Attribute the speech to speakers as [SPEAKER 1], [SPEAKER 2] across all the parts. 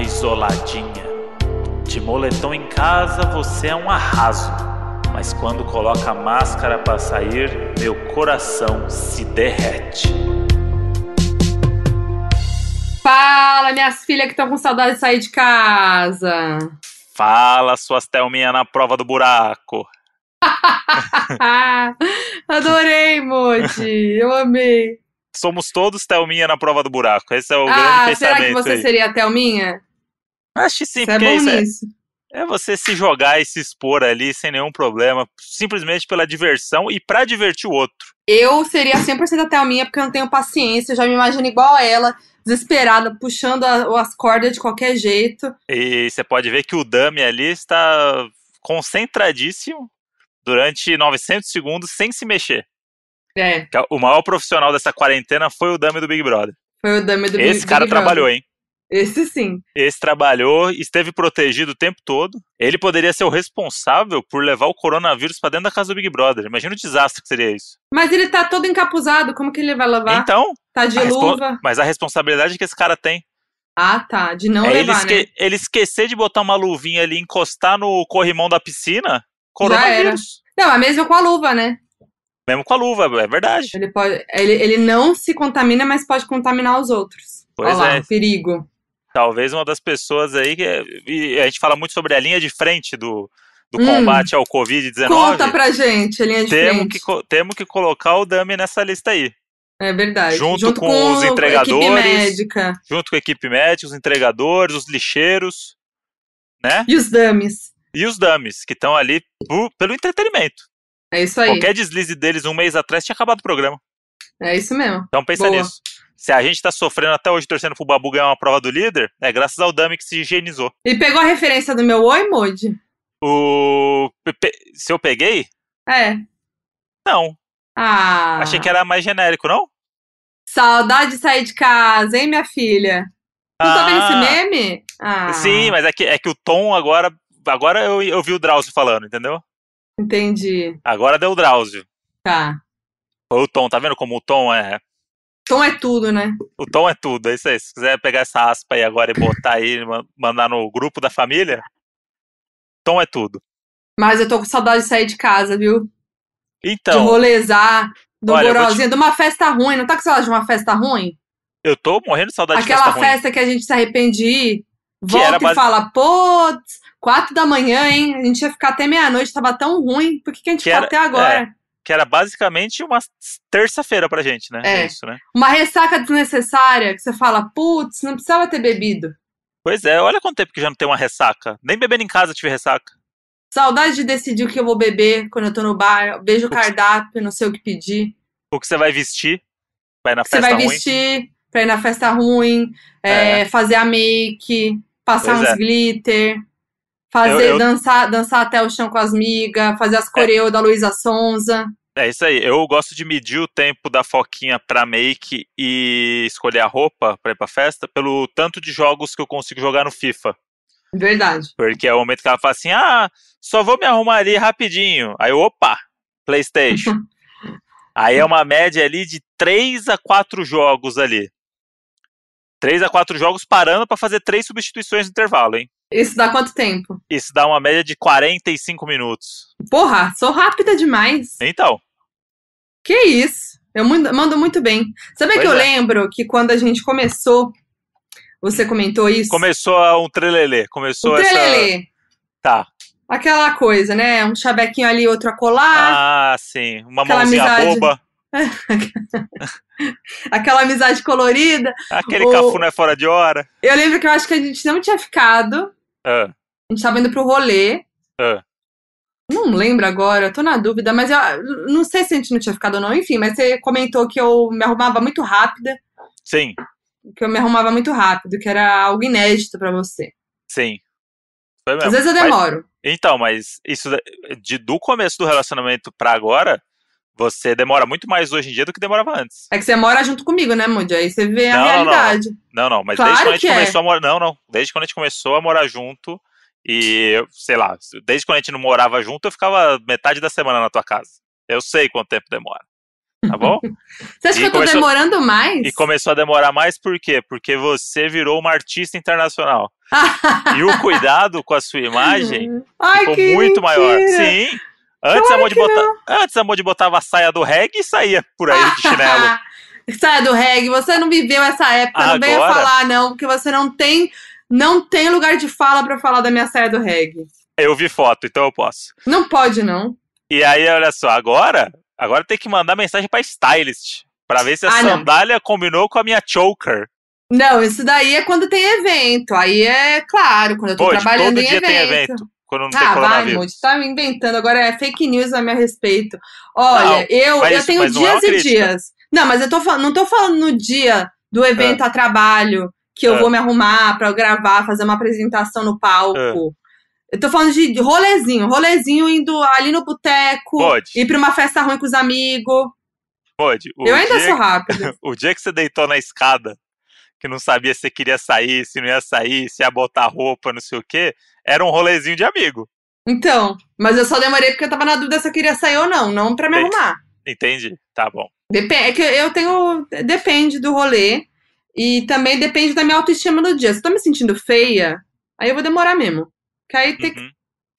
[SPEAKER 1] isoladinha. De moletom em casa você é um arraso, mas quando coloca a máscara para sair, meu coração se derrete.
[SPEAKER 2] Fala, minhas filhas que estão com saudade de sair de casa.
[SPEAKER 1] Fala, suas Thelminha na prova do buraco.
[SPEAKER 2] Ah, Adorei, Moji. Eu amei.
[SPEAKER 1] Somos todos Thelminha na prova do buraco. Esse é o grande
[SPEAKER 2] ah,
[SPEAKER 1] pensamento.
[SPEAKER 2] será que você
[SPEAKER 1] aí.
[SPEAKER 2] seria a Thelminha?
[SPEAKER 1] Acho que sim,
[SPEAKER 2] Você é
[SPEAKER 1] porque
[SPEAKER 2] bom
[SPEAKER 1] isso é,
[SPEAKER 2] nisso.
[SPEAKER 1] é você se jogar e se expor ali sem nenhum problema, simplesmente pela diversão e pra divertir o outro.
[SPEAKER 2] Eu seria 100% a Thelminha porque eu não tenho paciência. Eu já me imagino igual a ela, desesperada, puxando a- as cordas de qualquer jeito.
[SPEAKER 1] E você pode ver que o Dami ali está concentradíssimo durante 900 segundos sem se mexer.
[SPEAKER 2] É,
[SPEAKER 1] Que O maior profissional dessa quarentena foi o Dami do Big Brother.
[SPEAKER 2] foi o Dummy do Big-
[SPEAKER 1] Esse cara
[SPEAKER 2] Big Brother.
[SPEAKER 1] trabalhou, hein?
[SPEAKER 2] Esse sim.
[SPEAKER 1] Esse trabalhou, esteve protegido o tempo todo. Ele poderia ser o responsável por levar o coronavírus pra dentro da casa do Big Brother. Imagina o desastre que seria isso.
[SPEAKER 2] Mas ele tá todo encapuzado, como que ele vai lavar?
[SPEAKER 1] Então,
[SPEAKER 2] tá de
[SPEAKER 1] a respon-
[SPEAKER 2] luva.
[SPEAKER 1] mas a responsabilidade que esse cara tem
[SPEAKER 2] Ah, tá. De não
[SPEAKER 1] É ele,
[SPEAKER 2] levar,
[SPEAKER 1] esque-
[SPEAKER 2] né?
[SPEAKER 1] ele esquecer de botar uma luvinha ali, encostar no corrimão da piscina, coronavírus.
[SPEAKER 2] Não, é mesmo com a luva, né?
[SPEAKER 1] Mesmo com a luva, é verdade.
[SPEAKER 2] Ele, pode, ele, ele não se contamina, mas pode contaminar os outros.
[SPEAKER 1] Pois
[SPEAKER 2] Olha lá,
[SPEAKER 1] é.
[SPEAKER 2] o perigo.
[SPEAKER 1] Talvez uma das pessoas aí que. é- e a gente fala muito sobre a linha de frente do, do
[SPEAKER 2] Hum.
[SPEAKER 1] combate ao
[SPEAKER 2] Conta
[SPEAKER 1] Covid-19.
[SPEAKER 2] pra gente, a linha de
[SPEAKER 1] Temos
[SPEAKER 2] frente.
[SPEAKER 1] que, co- temos que colocar o Dami nessa lista aí.
[SPEAKER 2] É verdade.
[SPEAKER 1] junto com os
[SPEAKER 2] a equipe
[SPEAKER 1] entregadores.
[SPEAKER 2] médica
[SPEAKER 1] Junto com a equipe médica, os entregadores, os lixeiros, né?
[SPEAKER 2] e os dummies.
[SPEAKER 1] E os dames, que estão ali por- pelo entretenimento.
[SPEAKER 2] É isso aí.
[SPEAKER 1] Qualquer deslize deles um mês atrás tinha acabado o programa.
[SPEAKER 2] É isso mesmo.
[SPEAKER 1] Então pensa
[SPEAKER 2] Boa.
[SPEAKER 1] nisso. Se a gente tá sofrendo até hoje torcendo pro Babu ganhar uma prova do líder, é graças ao Dami que se higienizou.
[SPEAKER 2] E pegou a referência do meu oi, Moody?
[SPEAKER 1] O. pe- pe- Se eu peguei?
[SPEAKER 2] É.
[SPEAKER 1] Não.
[SPEAKER 2] Ah.
[SPEAKER 1] Achei que era mais genérico, não?
[SPEAKER 2] Saudade de sair de casa, hein, minha filha? Não tá vendo esse meme? Ah.
[SPEAKER 1] Sim, mas é que, é que o tom agora. Agora eu, eu vi o Drauzio falando, entendeu?
[SPEAKER 2] Entendi.
[SPEAKER 1] Agora deu o Drauzio.
[SPEAKER 2] Tá.
[SPEAKER 1] Foi o tom, tá vendo como o tom é.
[SPEAKER 2] Tom é tudo, né?
[SPEAKER 1] O tom é tudo, é isso aí. Se quiser pegar essa aspa aí agora e botar aí, ma- mandar no grupo da família. Tom é tudo.
[SPEAKER 2] Mas eu tô com saudade de sair de casa, viu? de
[SPEAKER 1] Então,
[SPEAKER 2] rolezar, do
[SPEAKER 1] Olha, eu vou
[SPEAKER 2] gorozinho, de uma festa ruim. Não tá com saudade de uma festa ruim?
[SPEAKER 1] eu tô morrendo de saudade de
[SPEAKER 2] Aquela
[SPEAKER 1] festa ruim.
[SPEAKER 2] que a gente se arrepende de ir.
[SPEAKER 1] Que
[SPEAKER 2] Volta
[SPEAKER 1] era
[SPEAKER 2] e
[SPEAKER 1] base-
[SPEAKER 2] fala, pô, quatro da manhã, hein? A gente ia ficar até meia-noite, tava tão ruim. Por que, que a gente
[SPEAKER 1] Que
[SPEAKER 2] ficou
[SPEAKER 1] era- é.
[SPEAKER 2] até agora?
[SPEAKER 1] que era basicamente uma terça-feira pra gente, né?
[SPEAKER 2] É.
[SPEAKER 1] É. isso, né?
[SPEAKER 2] Uma ressaca desnecessária, que você fala, putz, não precisava ter bebido.
[SPEAKER 1] Pois é, olha quanto tempo que já não tem uma ressaca. Nem bebendo em casa eu tive ressaca.
[SPEAKER 2] Saudade de decidir o que eu vou beber quando eu tô no bar. Beijo o cardápio, não sei o que pedir.
[SPEAKER 1] O que você vai vestir? Vai na
[SPEAKER 2] O que você
[SPEAKER 1] festa
[SPEAKER 2] vai
[SPEAKER 1] ruim?
[SPEAKER 2] vestir pra ir na festa ruim, é, fazer a make, passar
[SPEAKER 1] Pois
[SPEAKER 2] uns
[SPEAKER 1] é.
[SPEAKER 2] glitter, fazer
[SPEAKER 1] Eu- É. eu-
[SPEAKER 2] dançar, dançar até o chão com as migas, fazer as coreo da Luísa Sonza.
[SPEAKER 1] É isso aí. Eu gosto de medir o tempo da foquinha pra make e escolher a roupa pra ir pra festa pelo tanto de jogos que eu consigo jogar no FIFA.
[SPEAKER 2] Verdade.
[SPEAKER 1] Porque é o momento que ela fala assim: ah, só vou me arrumar ali rapidinho. Aí, eu, opa, PlayStation. Aí é uma média ali de 3 a 4 jogos ali. 3 a 4 jogos parando pra fazer três substituições no intervalo, hein?
[SPEAKER 2] Isso dá quanto tempo?
[SPEAKER 1] Isso dá uma média de 45 minutos.
[SPEAKER 2] Porra, sou rápida demais.
[SPEAKER 1] Então,
[SPEAKER 2] Que isso? Eu mando, mando muito bem. Sabe que
[SPEAKER 1] Pois
[SPEAKER 2] eu
[SPEAKER 1] é.
[SPEAKER 2] lembro que quando a gente começou, você comentou isso?
[SPEAKER 1] começou a um trelelê,
[SPEAKER 2] o
[SPEAKER 1] começou essa...
[SPEAKER 2] trelelê.
[SPEAKER 1] Tá.
[SPEAKER 2] Aquela coisa, né? Um chavequinho ali, outro acolá.
[SPEAKER 1] Ah, sim, uma
[SPEAKER 2] Aquela
[SPEAKER 1] mãozinha
[SPEAKER 2] amizade.
[SPEAKER 1] boba,
[SPEAKER 2] Aquela amizade colorida.
[SPEAKER 1] aquele
[SPEAKER 2] O-
[SPEAKER 1] cafu não é fora de hora.
[SPEAKER 2] Eu lembro que eu acho que a gente não tinha ficado.
[SPEAKER 1] Ah,
[SPEAKER 2] A gente tava indo pro rolê.
[SPEAKER 1] Ah.
[SPEAKER 2] Não lembro agora, tô na dúvida, mas eu eu não sei se a gente não tinha ficado ou não. Enfim, mas você comentou que eu me arrumava muito rápida,
[SPEAKER 1] sim,
[SPEAKER 2] que eu me arrumava muito rápido, que era algo inédito pra você.
[SPEAKER 1] sim. Foi mesmo.
[SPEAKER 2] Às vezes eu
[SPEAKER 1] É, Mas-
[SPEAKER 2] demoro.
[SPEAKER 1] Então, mas isso da- de, do começo do relacionamento pra agora, você demora muito mais hoje em dia do que demorava antes.
[SPEAKER 2] É que você mora junto comigo, né, Moody? Aí você vê a
[SPEAKER 1] Não, não, não.
[SPEAKER 2] realidade.
[SPEAKER 1] Não, não, mas
[SPEAKER 2] Claro
[SPEAKER 1] desde quando a gente
[SPEAKER 2] que é.
[SPEAKER 1] começou a morar. Não, não. Desde quando a gente começou a morar junto. E, eu- sei lá, desde quando a gente não morava junto, eu ficava metade da semana na tua casa. Eu sei quanto tempo demora.
[SPEAKER 2] Uhum.
[SPEAKER 1] tá bom?
[SPEAKER 2] Você acha
[SPEAKER 1] E
[SPEAKER 2] que eu tô
[SPEAKER 1] começou-
[SPEAKER 2] demorando mais?
[SPEAKER 1] E começou a demorar mais por quê? Porque você virou uma artista internacional. E o cuidado com a sua imagem
[SPEAKER 2] Ai,
[SPEAKER 1] é ficou
[SPEAKER 2] que
[SPEAKER 1] muito maior.
[SPEAKER 2] mentira.
[SPEAKER 1] Sim. Antes a, Modi bota... Antes a Modi botava a saia do reggae e saía por aí de chinelo.
[SPEAKER 2] Saia é do reggae, você não viveu essa época, não venha
[SPEAKER 1] Agora-
[SPEAKER 2] falar não, porque você não tem, não tem lugar de fala pra falar da minha saia do reggae.
[SPEAKER 1] Eu vi foto, então eu posso.
[SPEAKER 2] Não pode não.
[SPEAKER 1] E aí, olha só, agora, agora tem que mandar mensagem pra stylist. Pra ver se a
[SPEAKER 2] Ah, não.
[SPEAKER 1] sandália combinou com a minha choker.
[SPEAKER 2] Não, isso daí é quando tem evento. Aí é claro, quando eu tô
[SPEAKER 1] Hoje,
[SPEAKER 2] trabalhando
[SPEAKER 1] todo
[SPEAKER 2] em
[SPEAKER 1] dia
[SPEAKER 2] evento.
[SPEAKER 1] tem evento. Quando não tem
[SPEAKER 2] ah, vai,
[SPEAKER 1] coronavírus.
[SPEAKER 2] Monte, tá me inventando. Agora é fake news a meu respeito. Olha,
[SPEAKER 1] Não,
[SPEAKER 2] eu,
[SPEAKER 1] mas
[SPEAKER 2] eu
[SPEAKER 1] isso-
[SPEAKER 2] tenho
[SPEAKER 1] mas não é uma
[SPEAKER 2] dias e
[SPEAKER 1] crítica.
[SPEAKER 2] dias. Não, mas eu tô falando, não tô falando no dia do evento a trabalho, que eu
[SPEAKER 1] Ah.
[SPEAKER 2] vou me arrumar pra eu gravar, fazer uma apresentação no palco.
[SPEAKER 1] Ah.
[SPEAKER 2] Eu tô falando de rolezinho, rolezinho indo ali no boteco,
[SPEAKER 1] Pode.
[SPEAKER 2] ir pra uma festa ruim com os amigos.
[SPEAKER 1] Pode. O,
[SPEAKER 2] eu ainda
[SPEAKER 1] dia,
[SPEAKER 2] sou rápido.
[SPEAKER 1] o dia que você deitou na escada, que não sabia se queria sair, se não ia sair, se ia botar roupa, não sei o quê, era um rolezinho de amigo.
[SPEAKER 2] Então, mas eu só demorei porque eu tava na dúvida se eu queria sair ou não, não pra me
[SPEAKER 1] Bem,
[SPEAKER 2] arrumar.
[SPEAKER 1] Entende? Tá bom.
[SPEAKER 2] Depende, é que eu tenho. Depende do rolê. E também depende da minha autoestima no dia. Se eu tô me sentindo feia, aí eu vou demorar mesmo. Que aí tem que
[SPEAKER 1] Uhum.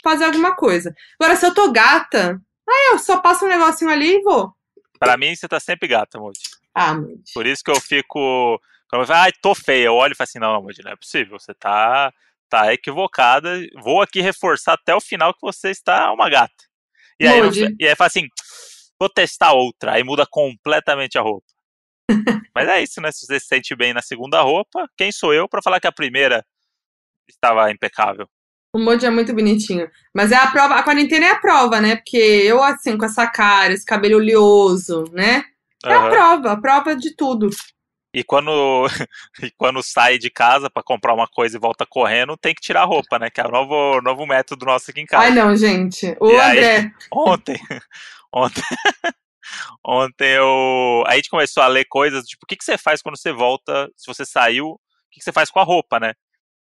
[SPEAKER 2] fazer alguma coisa. Agora, se eu tô gata, aí eu só passo um negocinho ali e vou.
[SPEAKER 1] Pra mim, você tá sempre gata, Moody.
[SPEAKER 2] Ah, gente.
[SPEAKER 1] Por isso que eu fico. Quando eu falo, ai, tô feia, eu olho e falo assim, não, Moody, não é possível. Você tá, tá equivocada. Vou aqui reforçar até o final que você está uma gata. E aí, não-
[SPEAKER 2] Moody.
[SPEAKER 1] e aí fala assim, vou testar outra. Aí muda completamente a roupa. Mas é isso, né? Se você se sente bem na segunda roupa, quem sou eu pra falar que a primeira estava impecável?
[SPEAKER 2] O Moody é muito bonitinho. Mas é a prova. A quarentena é a prova, né? Porque eu, assim, com essa cara, esse cabelo oleoso, né? É a
[SPEAKER 1] Aham.
[SPEAKER 2] prova, a prova de tudo.
[SPEAKER 1] E quando, e quando sai de casa pra comprar uma coisa e volta correndo, tem que tirar a roupa, né? Que é o novo, novo método nosso aqui em casa.
[SPEAKER 2] Ai, não, gente. O
[SPEAKER 1] E aí?
[SPEAKER 2] André.
[SPEAKER 1] Ontem, ontem, ontem eu. Aí a gente começou a ler coisas, tipo, o que, que você faz quando você volta, se você saiu, o que, que você faz com a roupa, né?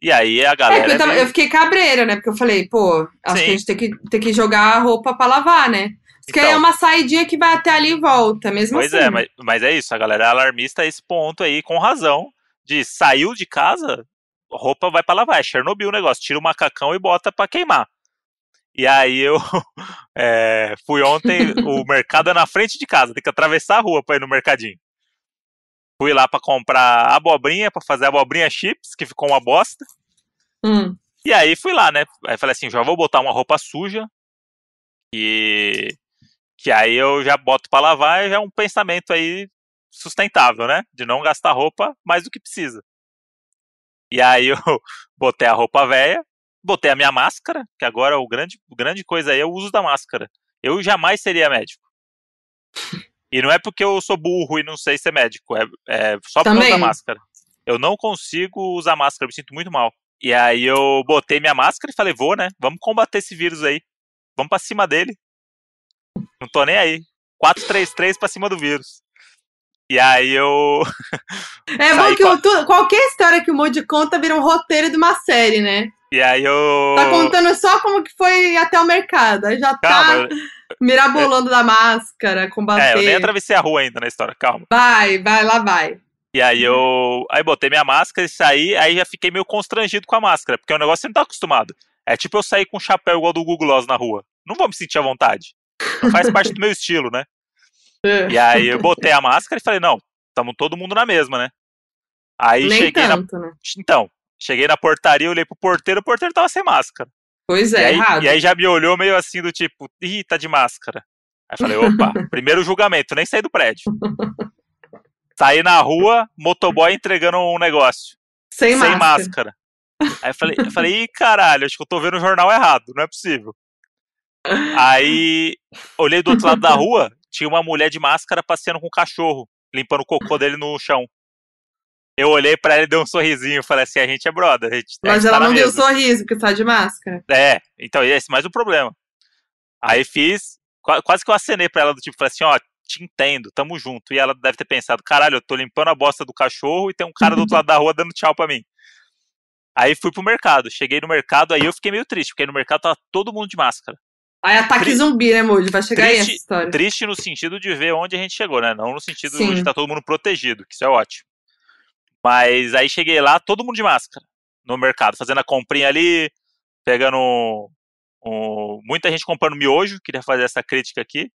[SPEAKER 1] E aí a
[SPEAKER 2] É,
[SPEAKER 1] galera.
[SPEAKER 2] que eu, tava-
[SPEAKER 1] meio-
[SPEAKER 2] eu fiquei cabreira, né? Porque eu falei, pô, acho
[SPEAKER 1] Sim.
[SPEAKER 2] que a gente tem que, tem que jogar a roupa pra lavar, né? Isso que aí é
[SPEAKER 1] Então.
[SPEAKER 2] uma saidinha que vai até ali e volta, mesmo
[SPEAKER 1] Pois
[SPEAKER 2] assim.
[SPEAKER 1] é, mas, mas é isso, a galera é alarmista a esse ponto aí, com razão, de saiu de casa, roupa vai pra lavar, é Chernobyl o negócio, tira o macacão e bota pra queimar. E aí eu é, fui ontem, o mercado é na frente de casa, tem que atravessar a rua pra ir no mercadinho. Fui lá pra comprar abobrinha, pra fazer abobrinha chips, que ficou uma bosta.
[SPEAKER 2] Hum.
[SPEAKER 1] E aí fui lá, né? Aí falei assim, já vou botar uma roupa suja e que aí eu já boto pra lavar, e já é um pensamento aí sustentável, né? De não gastar roupa mais do que precisa. E aí eu botei a roupa velha, botei a minha máscara, que agora o grande grande coisa aí é o uso da máscara. Eu jamais seria médico. E não é porque eu sou burro e não sei ser médico, é, é só por causa da
[SPEAKER 2] Também.
[SPEAKER 1] máscara. Eu não consigo usar máscara, eu me sinto muito mal. E aí eu botei minha máscara e falei, vou, né? Vamos combater esse vírus aí. Vamos pra cima dele. Não tô nem aí. 4-3-3 pra cima do vírus. E aí eu.
[SPEAKER 2] É
[SPEAKER 1] Saí
[SPEAKER 2] bom que
[SPEAKER 1] pra-
[SPEAKER 2] o- tu- qualquer história que o Moody conta vira um roteiro de uma série, né?
[SPEAKER 1] E aí eu.
[SPEAKER 2] Tá contando só como que foi até o mercado. Aí já
[SPEAKER 1] Calma,
[SPEAKER 2] tá mirabolando da máscara,
[SPEAKER 1] eu- é, eu nem
[SPEAKER 2] combater.
[SPEAKER 1] atravessei a rua ainda na história, calma.
[SPEAKER 2] Vai, vai, lá vai.
[SPEAKER 1] E aí
[SPEAKER 2] Uhum.
[SPEAKER 1] eu. Aí botei minha máscara e saí, aí já fiquei meio constrangido com a máscara, porque é um negócio que você não tá acostumado. É tipo eu sair com um chapéu igual do Google Glass na rua. Não vou me sentir à vontade. Não faz parte do meu estilo, né?
[SPEAKER 2] É.
[SPEAKER 1] E aí eu botei a máscara e falei, não, tamo todo mundo na mesma, né? Aí
[SPEAKER 2] Nem
[SPEAKER 1] cheguei na.
[SPEAKER 2] tanto, né?
[SPEAKER 1] Então, cheguei na portaria, olhei pro porteiro, o porteiro tava sem máscara.
[SPEAKER 2] Pois
[SPEAKER 1] e,
[SPEAKER 2] é,
[SPEAKER 1] aí,
[SPEAKER 2] errado.
[SPEAKER 1] e aí já me olhou meio assim do tipo, ih, tá de máscara. Aí falei, opa, primeiro julgamento, nem saí do prédio. Saí na rua, motoboy entregando um negócio.
[SPEAKER 2] sem,
[SPEAKER 1] Sem,
[SPEAKER 2] máscara.
[SPEAKER 1] máscara. Aí eu falei, eu falei, ih, caralho, acho que eu tô vendo o jornal errado, não é possível. Aí olhei do outro lado da rua, tinha uma mulher de máscara passeando com um cachorro, limpando o cocô dele no chão. Eu olhei pra ela e dei um sorrisinho, falei assim, a gente é brother, a gente, a
[SPEAKER 2] Mas
[SPEAKER 1] gente
[SPEAKER 2] ela
[SPEAKER 1] tá na
[SPEAKER 2] não deu
[SPEAKER 1] mesma.
[SPEAKER 2] sorriso porque tá de máscara.
[SPEAKER 1] É, então esse é mais um problema. Aí fiz, qua- quase que eu acenei pra ela do tipo, falei assim, ó, te entendo, tamo junto. E ela deve ter pensado, caralho, eu tô limpando a bosta do cachorro e tem um cara do outro lado da rua dando tchau pra mim. Aí fui pro mercado, cheguei no mercado, aí eu fiquei meio triste, porque no mercado tava todo mundo de máscara.
[SPEAKER 2] Aí ataque
[SPEAKER 1] Tri-
[SPEAKER 2] zumbi, né, Mojo? Vai chegar aí
[SPEAKER 1] Triste-
[SPEAKER 2] essa história.
[SPEAKER 1] Triste no sentido de ver onde a gente chegou, né? Não no sentido
[SPEAKER 2] Sim.
[SPEAKER 1] de estar todo mundo protegido, que isso é ótimo. Mas aí cheguei lá, todo mundo de máscara no mercado, fazendo a comprinha ali, pegando um- um- muita gente comprando miojo, queria fazer essa crítica aqui.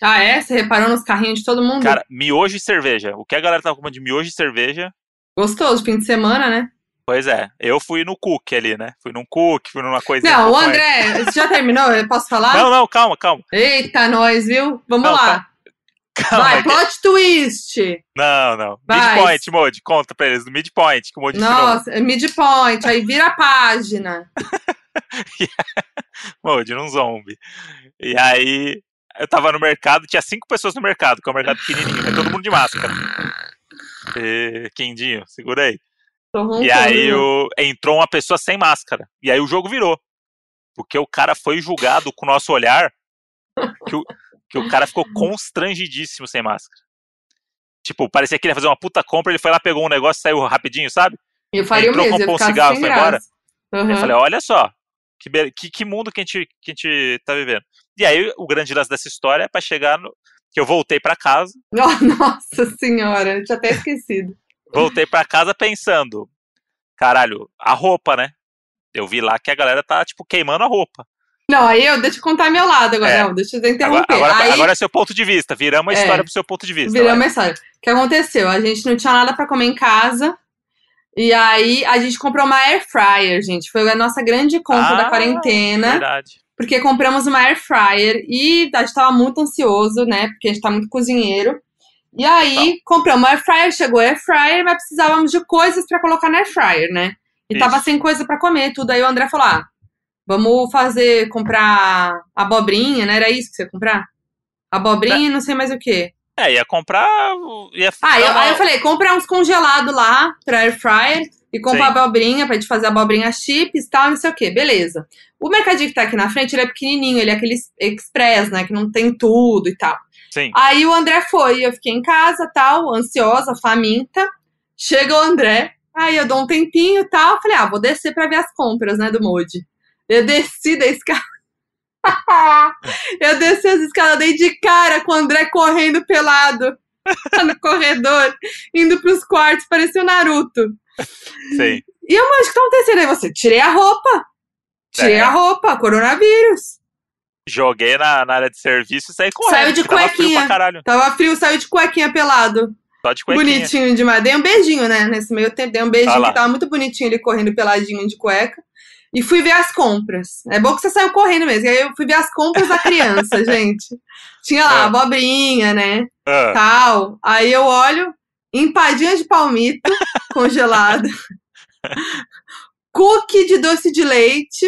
[SPEAKER 2] Ah, é? Você reparou nos carrinhos de todo mundo?
[SPEAKER 1] Cara, miojo e cerveja. O que a galera tava comprando de miojo e cerveja?
[SPEAKER 2] Gostoso, fim de semana, né?
[SPEAKER 1] Pois é, eu fui no cookie ali, né? Fui num cookie, fui numa coisinha.
[SPEAKER 2] Não, o
[SPEAKER 1] pouco mais.
[SPEAKER 2] André, você já terminou? Eu posso falar?
[SPEAKER 1] é, Não, não, calma, calma.
[SPEAKER 2] Eita, nós, viu? Vamos
[SPEAKER 1] Não, tá,
[SPEAKER 2] lá.
[SPEAKER 1] calma
[SPEAKER 2] Vai,
[SPEAKER 1] que-
[SPEAKER 2] plot twist.
[SPEAKER 1] Não, não.
[SPEAKER 2] Vai.
[SPEAKER 1] Midpoint, Modi, conta pra eles. do Midpoint, que o Modi ensinou.
[SPEAKER 2] Nossa, midpoint, aí vira a página.
[SPEAKER 1] Modi, num um zombie. E aí, eu tava no mercado, tinha cinco pessoas no mercado, que é um mercado pequenininho, é todo mundo de máscara. E, Quindinho, segura aí.
[SPEAKER 2] Tô roncando,
[SPEAKER 1] E aí
[SPEAKER 2] né?
[SPEAKER 1] o- entrou uma pessoa sem máscara. E aí o jogo virou. Porque o cara foi julgado com o nosso olhar que o, que o cara ficou constrangidíssimo sem máscara. Tipo, parecia que ele ia fazer uma puta compra, ele foi lá, pegou um negócio, saiu rapidinho, sabe?
[SPEAKER 2] Eu faria o
[SPEAKER 1] entrou,
[SPEAKER 2] mesmo, eu
[SPEAKER 1] comprou um
[SPEAKER 2] ficar
[SPEAKER 1] cigarro,
[SPEAKER 2] sem
[SPEAKER 1] foi embora.
[SPEAKER 2] graça. Aham.
[SPEAKER 1] Eu falei, olha só, que, be- que, que mundo que a, gente, que a gente tá vivendo. E aí o grande lance dessa história é pra chegar no... Que eu voltei pra casa,
[SPEAKER 2] Oh, Nossa senhora, eu tinha até esquecido.
[SPEAKER 1] voltei pra casa pensando, caralho, a roupa, né? Eu vi lá que a galera tá, tipo, queimando a roupa.
[SPEAKER 2] Não, aí eu deixa eu contar meu lado agora.
[SPEAKER 1] É.
[SPEAKER 2] Não, deixa eu
[SPEAKER 1] Agora,
[SPEAKER 2] interromper.
[SPEAKER 1] agora,
[SPEAKER 2] aí
[SPEAKER 1] agora é seu ponto de vista. Viramos a
[SPEAKER 2] É.
[SPEAKER 1] história pro seu ponto de vista.
[SPEAKER 2] virou
[SPEAKER 1] vai.
[SPEAKER 2] uma história. O que aconteceu? A gente não tinha nada pra comer em casa. E aí a gente comprou uma air fryer, gente. Foi a nossa grande compra
[SPEAKER 1] Ah,
[SPEAKER 2] da quarentena.
[SPEAKER 1] Verdade.
[SPEAKER 2] porque compramos uma air fryer e a gente tava muito ansioso, né? Porque a gente tá muito cozinheiro. E
[SPEAKER 1] Tá.
[SPEAKER 2] aí, compramos uma air fryer, chegou a air fryer, mas precisávamos de coisas pra colocar na air fryer, né? E
[SPEAKER 1] Isso.
[SPEAKER 2] tava sem coisa pra comer, tudo. Aí o André falou: ah, vamos fazer, comprar abobrinha, né? Era isso que você ia comprar? Abobrinha e não sei mais o quê.
[SPEAKER 1] É, ia comprar. o- Ia
[SPEAKER 2] Ah, eu,
[SPEAKER 1] dar uma-
[SPEAKER 2] aí eu falei, compra uns congelados lá pra air fryer e compra
[SPEAKER 1] Sim.
[SPEAKER 2] abobrinha pra gente fazer abobrinha chips e tal, não sei o que, beleza. O mercadinho que tá aqui na frente, ele é pequenininho, ele é aquele express, né, que não tem tudo e tal.
[SPEAKER 1] Sim.
[SPEAKER 2] Aí o André foi, eu fiquei em casa, tal, ansiosa, faminta. Chega o André, aí eu dou um tempinho e tal, falei, ah, vou descer pra ver as compras, né, do Modi. Eu desci da escada. eu desci as escadas, dei de cara com o André correndo pelado no corredor, indo pros quartos, parecia o Naruto.
[SPEAKER 1] Sim.
[SPEAKER 2] Mas o que tá acontecendo aí? Você, tirei a roupa. Tirei
[SPEAKER 1] É.
[SPEAKER 2] a roupa, coronavírus.
[SPEAKER 1] Joguei na, na área de serviço e saí correndo.
[SPEAKER 2] Saiu de
[SPEAKER 1] porque tava frio
[SPEAKER 2] cuequinha.
[SPEAKER 1] pra caralho.
[SPEAKER 2] Tava frio, saiu de cuequinha pelado.
[SPEAKER 1] Só de cuequinha.
[SPEAKER 2] Bonitinho demais. Dei um beijinho, né? Nesse meio tempo, dei um beijinho
[SPEAKER 1] Ah lá.
[SPEAKER 2] que tava muito bonitinho ele correndo peladinho de cueca. E fui ver as compras. É bom que você saiu correndo mesmo. E aí eu fui ver as compras da criança, gente. Tinha lá,
[SPEAKER 1] Ah.
[SPEAKER 2] abobrinha, né?
[SPEAKER 1] Ah,
[SPEAKER 2] Tal. Aí eu olho, empadinha de palmito congelada. Cookie de doce de leite.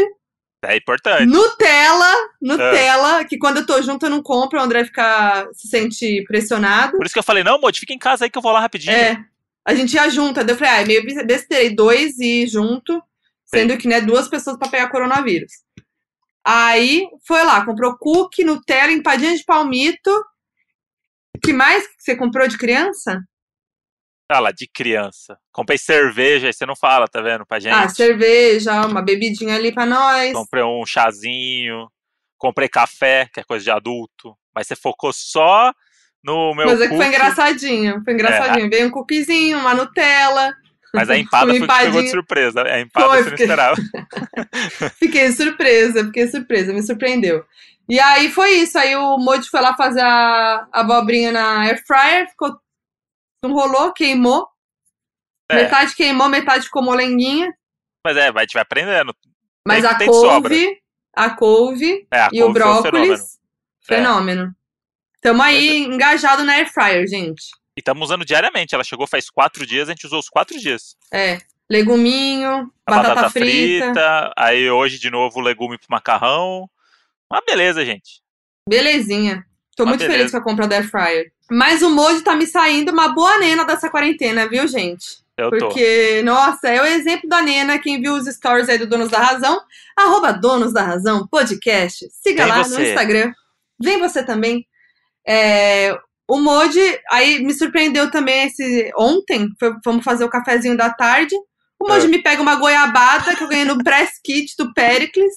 [SPEAKER 1] É importante.
[SPEAKER 2] Nutella, Nutella, que quando eu tô junto eu não compro, o André fica, se sente pressionado.
[SPEAKER 1] Por isso que eu falei, não, Modi, fica em casa aí que eu vou lá rapidinho.
[SPEAKER 2] É. A gente ia junto, daí eu falei, ah, é meio bis- besteira, e dois e ir junto, sendo que, né, duas pessoas pra pegar coronavírus. Aí, foi lá, comprou cookie, Nutella, empadinha de palmito. O que mais que você comprou de criança?
[SPEAKER 1] Ah lá, de criança. Comprei cerveja, aí você não fala, tá vendo? Pra gente.
[SPEAKER 2] Ah, cerveja, uma bebidinha ali pra nós.
[SPEAKER 1] Comprei um chazinho. Comprei café, que é coisa de adulto. Mas você focou só no meu.
[SPEAKER 2] Mas é que foi
[SPEAKER 1] cookie, É,
[SPEAKER 2] engraçadinho, foi engraçadinho. Veio um cookiezinho, uma Nutella.
[SPEAKER 1] Mas a empada
[SPEAKER 2] Uma
[SPEAKER 1] foi o que te pegou de
[SPEAKER 2] empadinha.
[SPEAKER 1] surpresa. É, A empada
[SPEAKER 2] Foi,
[SPEAKER 1] você não
[SPEAKER 2] porque-
[SPEAKER 1] esperava.
[SPEAKER 2] Fiquei surpresa, fiquei surpresa, me surpreendeu. E aí foi isso, aí o Moji foi lá fazer a a abobrinha na air fryer, ficou não rolou, queimou.
[SPEAKER 1] É.
[SPEAKER 2] Metade queimou, metade ficou molenguinha,
[SPEAKER 1] Mas é, vai, a gente vai aprendendo.
[SPEAKER 2] mas
[SPEAKER 1] Tem-
[SPEAKER 2] a
[SPEAKER 1] tem
[SPEAKER 2] couve, a couve
[SPEAKER 1] É, a
[SPEAKER 2] e o
[SPEAKER 1] couve foi
[SPEAKER 2] brócolis,
[SPEAKER 1] fenômeno. É.
[SPEAKER 2] fenômeno. Tamo aí engajado na air fryer, gente.
[SPEAKER 1] E estamos usando diariamente. Ela chegou faz quatro dias, a gente usou os quatro dias.
[SPEAKER 2] É, leguminho,
[SPEAKER 1] A
[SPEAKER 2] batata, frita.
[SPEAKER 1] aí hoje de novo o legume pro macarrão. Uma beleza, gente.
[SPEAKER 2] Belezinha. Tô
[SPEAKER 1] Uma
[SPEAKER 2] muito feliz
[SPEAKER 1] Ah, beleza.
[SPEAKER 2] com a compra da air fryer. Mas o Moji tá me saindo uma boa nena dessa quarentena, viu, gente?
[SPEAKER 1] Eu tô.
[SPEAKER 2] Porque, nossa, é o exemplo da Nena, quem viu os stories aí do Donos da Razão, arroba Donos da Razão podcast, siga
[SPEAKER 1] Vem
[SPEAKER 2] lá no
[SPEAKER 1] você.
[SPEAKER 2] Instagram, vem você também. É, o Modi, aí me surpreendeu também esse, ontem, foi- fomos fazer o cafezinho da tarde, o Modi
[SPEAKER 1] É.
[SPEAKER 2] me pega uma goiabada que eu ganhei no press kit do Pericles,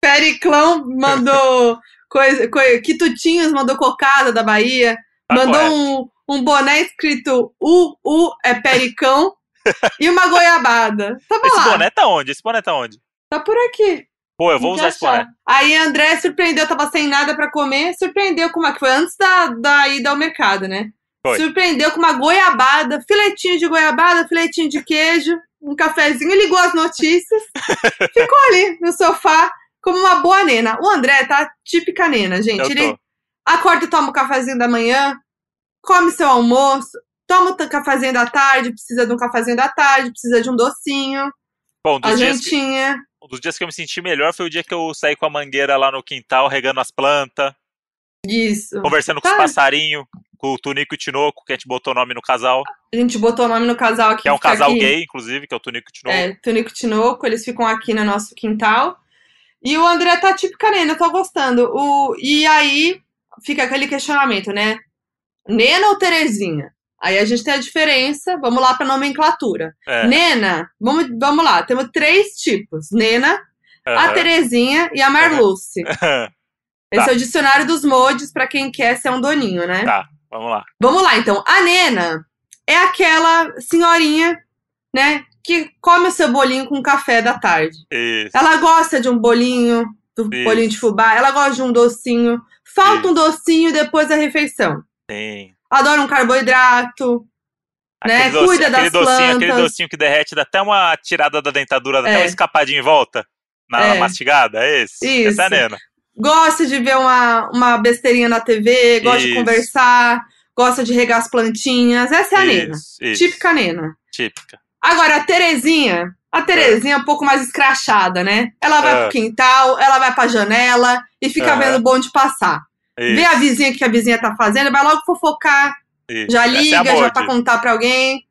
[SPEAKER 2] Periclão mandou coisa, coisa, Quitutinhos mandou cocada da Bahia.
[SPEAKER 1] Tá correto.
[SPEAKER 2] mandou um, um boné escrito U, U é Pericão. e uma goiabada. Tava
[SPEAKER 1] Esse
[SPEAKER 2] lá,
[SPEAKER 1] boné tá onde? Esse boné tá onde?
[SPEAKER 2] tá por aqui.
[SPEAKER 1] Pô, eu vou
[SPEAKER 2] Tem
[SPEAKER 1] usar
[SPEAKER 2] que
[SPEAKER 1] esse
[SPEAKER 2] achar.
[SPEAKER 1] boné.
[SPEAKER 2] Aí André surpreendeu, tava sem nada pra comer, surpreendeu com uma. que Foi antes da, da ida ao mercado, né?
[SPEAKER 1] Foi.
[SPEAKER 2] Surpreendeu com uma goiabada, filetinho de goiabada, filetinho de queijo, um cafezinho, ligou as notícias, ficou ali no sofá como uma boa nena. O André tá típica nena, gente.
[SPEAKER 1] Eu
[SPEAKER 2] Ele
[SPEAKER 1] tô.
[SPEAKER 2] acorda e toma o cafezinho da manhã, come seu almoço, toma o t- cafezinho da tarde, precisa de um cafezinho da tarde, precisa de um docinho,
[SPEAKER 1] Bom, um
[SPEAKER 2] a
[SPEAKER 1] dos, dias que,
[SPEAKER 2] jantinha.
[SPEAKER 1] um dos dias que eu me senti melhor foi o dia que eu saí com a mangueira lá no quintal, regando as plantas,
[SPEAKER 2] Isso.
[SPEAKER 1] conversando com os
[SPEAKER 2] Ah.
[SPEAKER 1] passarinhos, com o Tunico e o Tinoco, que a gente botou o nome no casal,
[SPEAKER 2] A gente botou o nome no casal aqui.
[SPEAKER 1] que é um
[SPEAKER 2] fica
[SPEAKER 1] casal
[SPEAKER 2] Ah, tá aqui.
[SPEAKER 1] gay, inclusive, que é o Tunico e o Tinoco.
[SPEAKER 2] É, Tunico e Tinoco, eles ficam aqui no nosso quintal. E o André tá tipo nena, eu tô gostando. O, e aí fica aquele questionamento, né? Nena ou Terezinha? Aí a gente tem a diferença, vamos lá pra nomenclatura.
[SPEAKER 1] É,
[SPEAKER 2] Nena, vamos, vamos lá, temos três tipos: Nena, a Ah,
[SPEAKER 1] aham. Tá.
[SPEAKER 2] Terezinha e a Marluce. Esse é o dicionário dos modes pra quem quer ser um doninho, né?
[SPEAKER 1] Tá. Vamos lá.
[SPEAKER 2] Vamos lá, então. A Nena é aquela senhorinha, né, que come o seu bolinho com café da tarde.
[SPEAKER 1] Isso.
[SPEAKER 2] Ela gosta de um bolinho, do
[SPEAKER 1] Isso.
[SPEAKER 2] bolinho de fubá, ela gosta de um docinho. Falta um docinho depois da refeição.
[SPEAKER 1] Sim.
[SPEAKER 2] Adora um carboidrato. Né,
[SPEAKER 1] Aquele docinho,
[SPEAKER 2] cuida das
[SPEAKER 1] aquele docinho, aquele
[SPEAKER 2] plantas.
[SPEAKER 1] docinho que derrete, dá até uma tirada da dentadura, dá até
[SPEAKER 2] É.
[SPEAKER 1] uma escapadinha em volta. Na
[SPEAKER 2] É.
[SPEAKER 1] mastigada, é esse?
[SPEAKER 2] Isso.
[SPEAKER 1] Essa é a nena.
[SPEAKER 2] Gosta de ver uma, uma besteirinha na TV, gosta de
[SPEAKER 1] Isso.
[SPEAKER 2] conversar, gosta de regar as plantinhas. Essa é a nena.
[SPEAKER 1] Isso, isso.
[SPEAKER 2] Típica nena.
[SPEAKER 1] Típica.
[SPEAKER 2] Agora, a Terezinha. A Terezinha é um pouco mais escrachada, né? Ela vai
[SPEAKER 1] É.
[SPEAKER 2] pro quintal, ela vai pra janela e fica
[SPEAKER 1] Aham.
[SPEAKER 2] vendo o bonde passar. Vê
[SPEAKER 1] Isso,
[SPEAKER 2] a vizinha o que a vizinha tá fazendo, vai logo fofocar.
[SPEAKER 1] isso.
[SPEAKER 2] Já
[SPEAKER 1] Essa é a
[SPEAKER 2] liga, já
[SPEAKER 1] Modi.
[SPEAKER 2] pra contar pra alguém.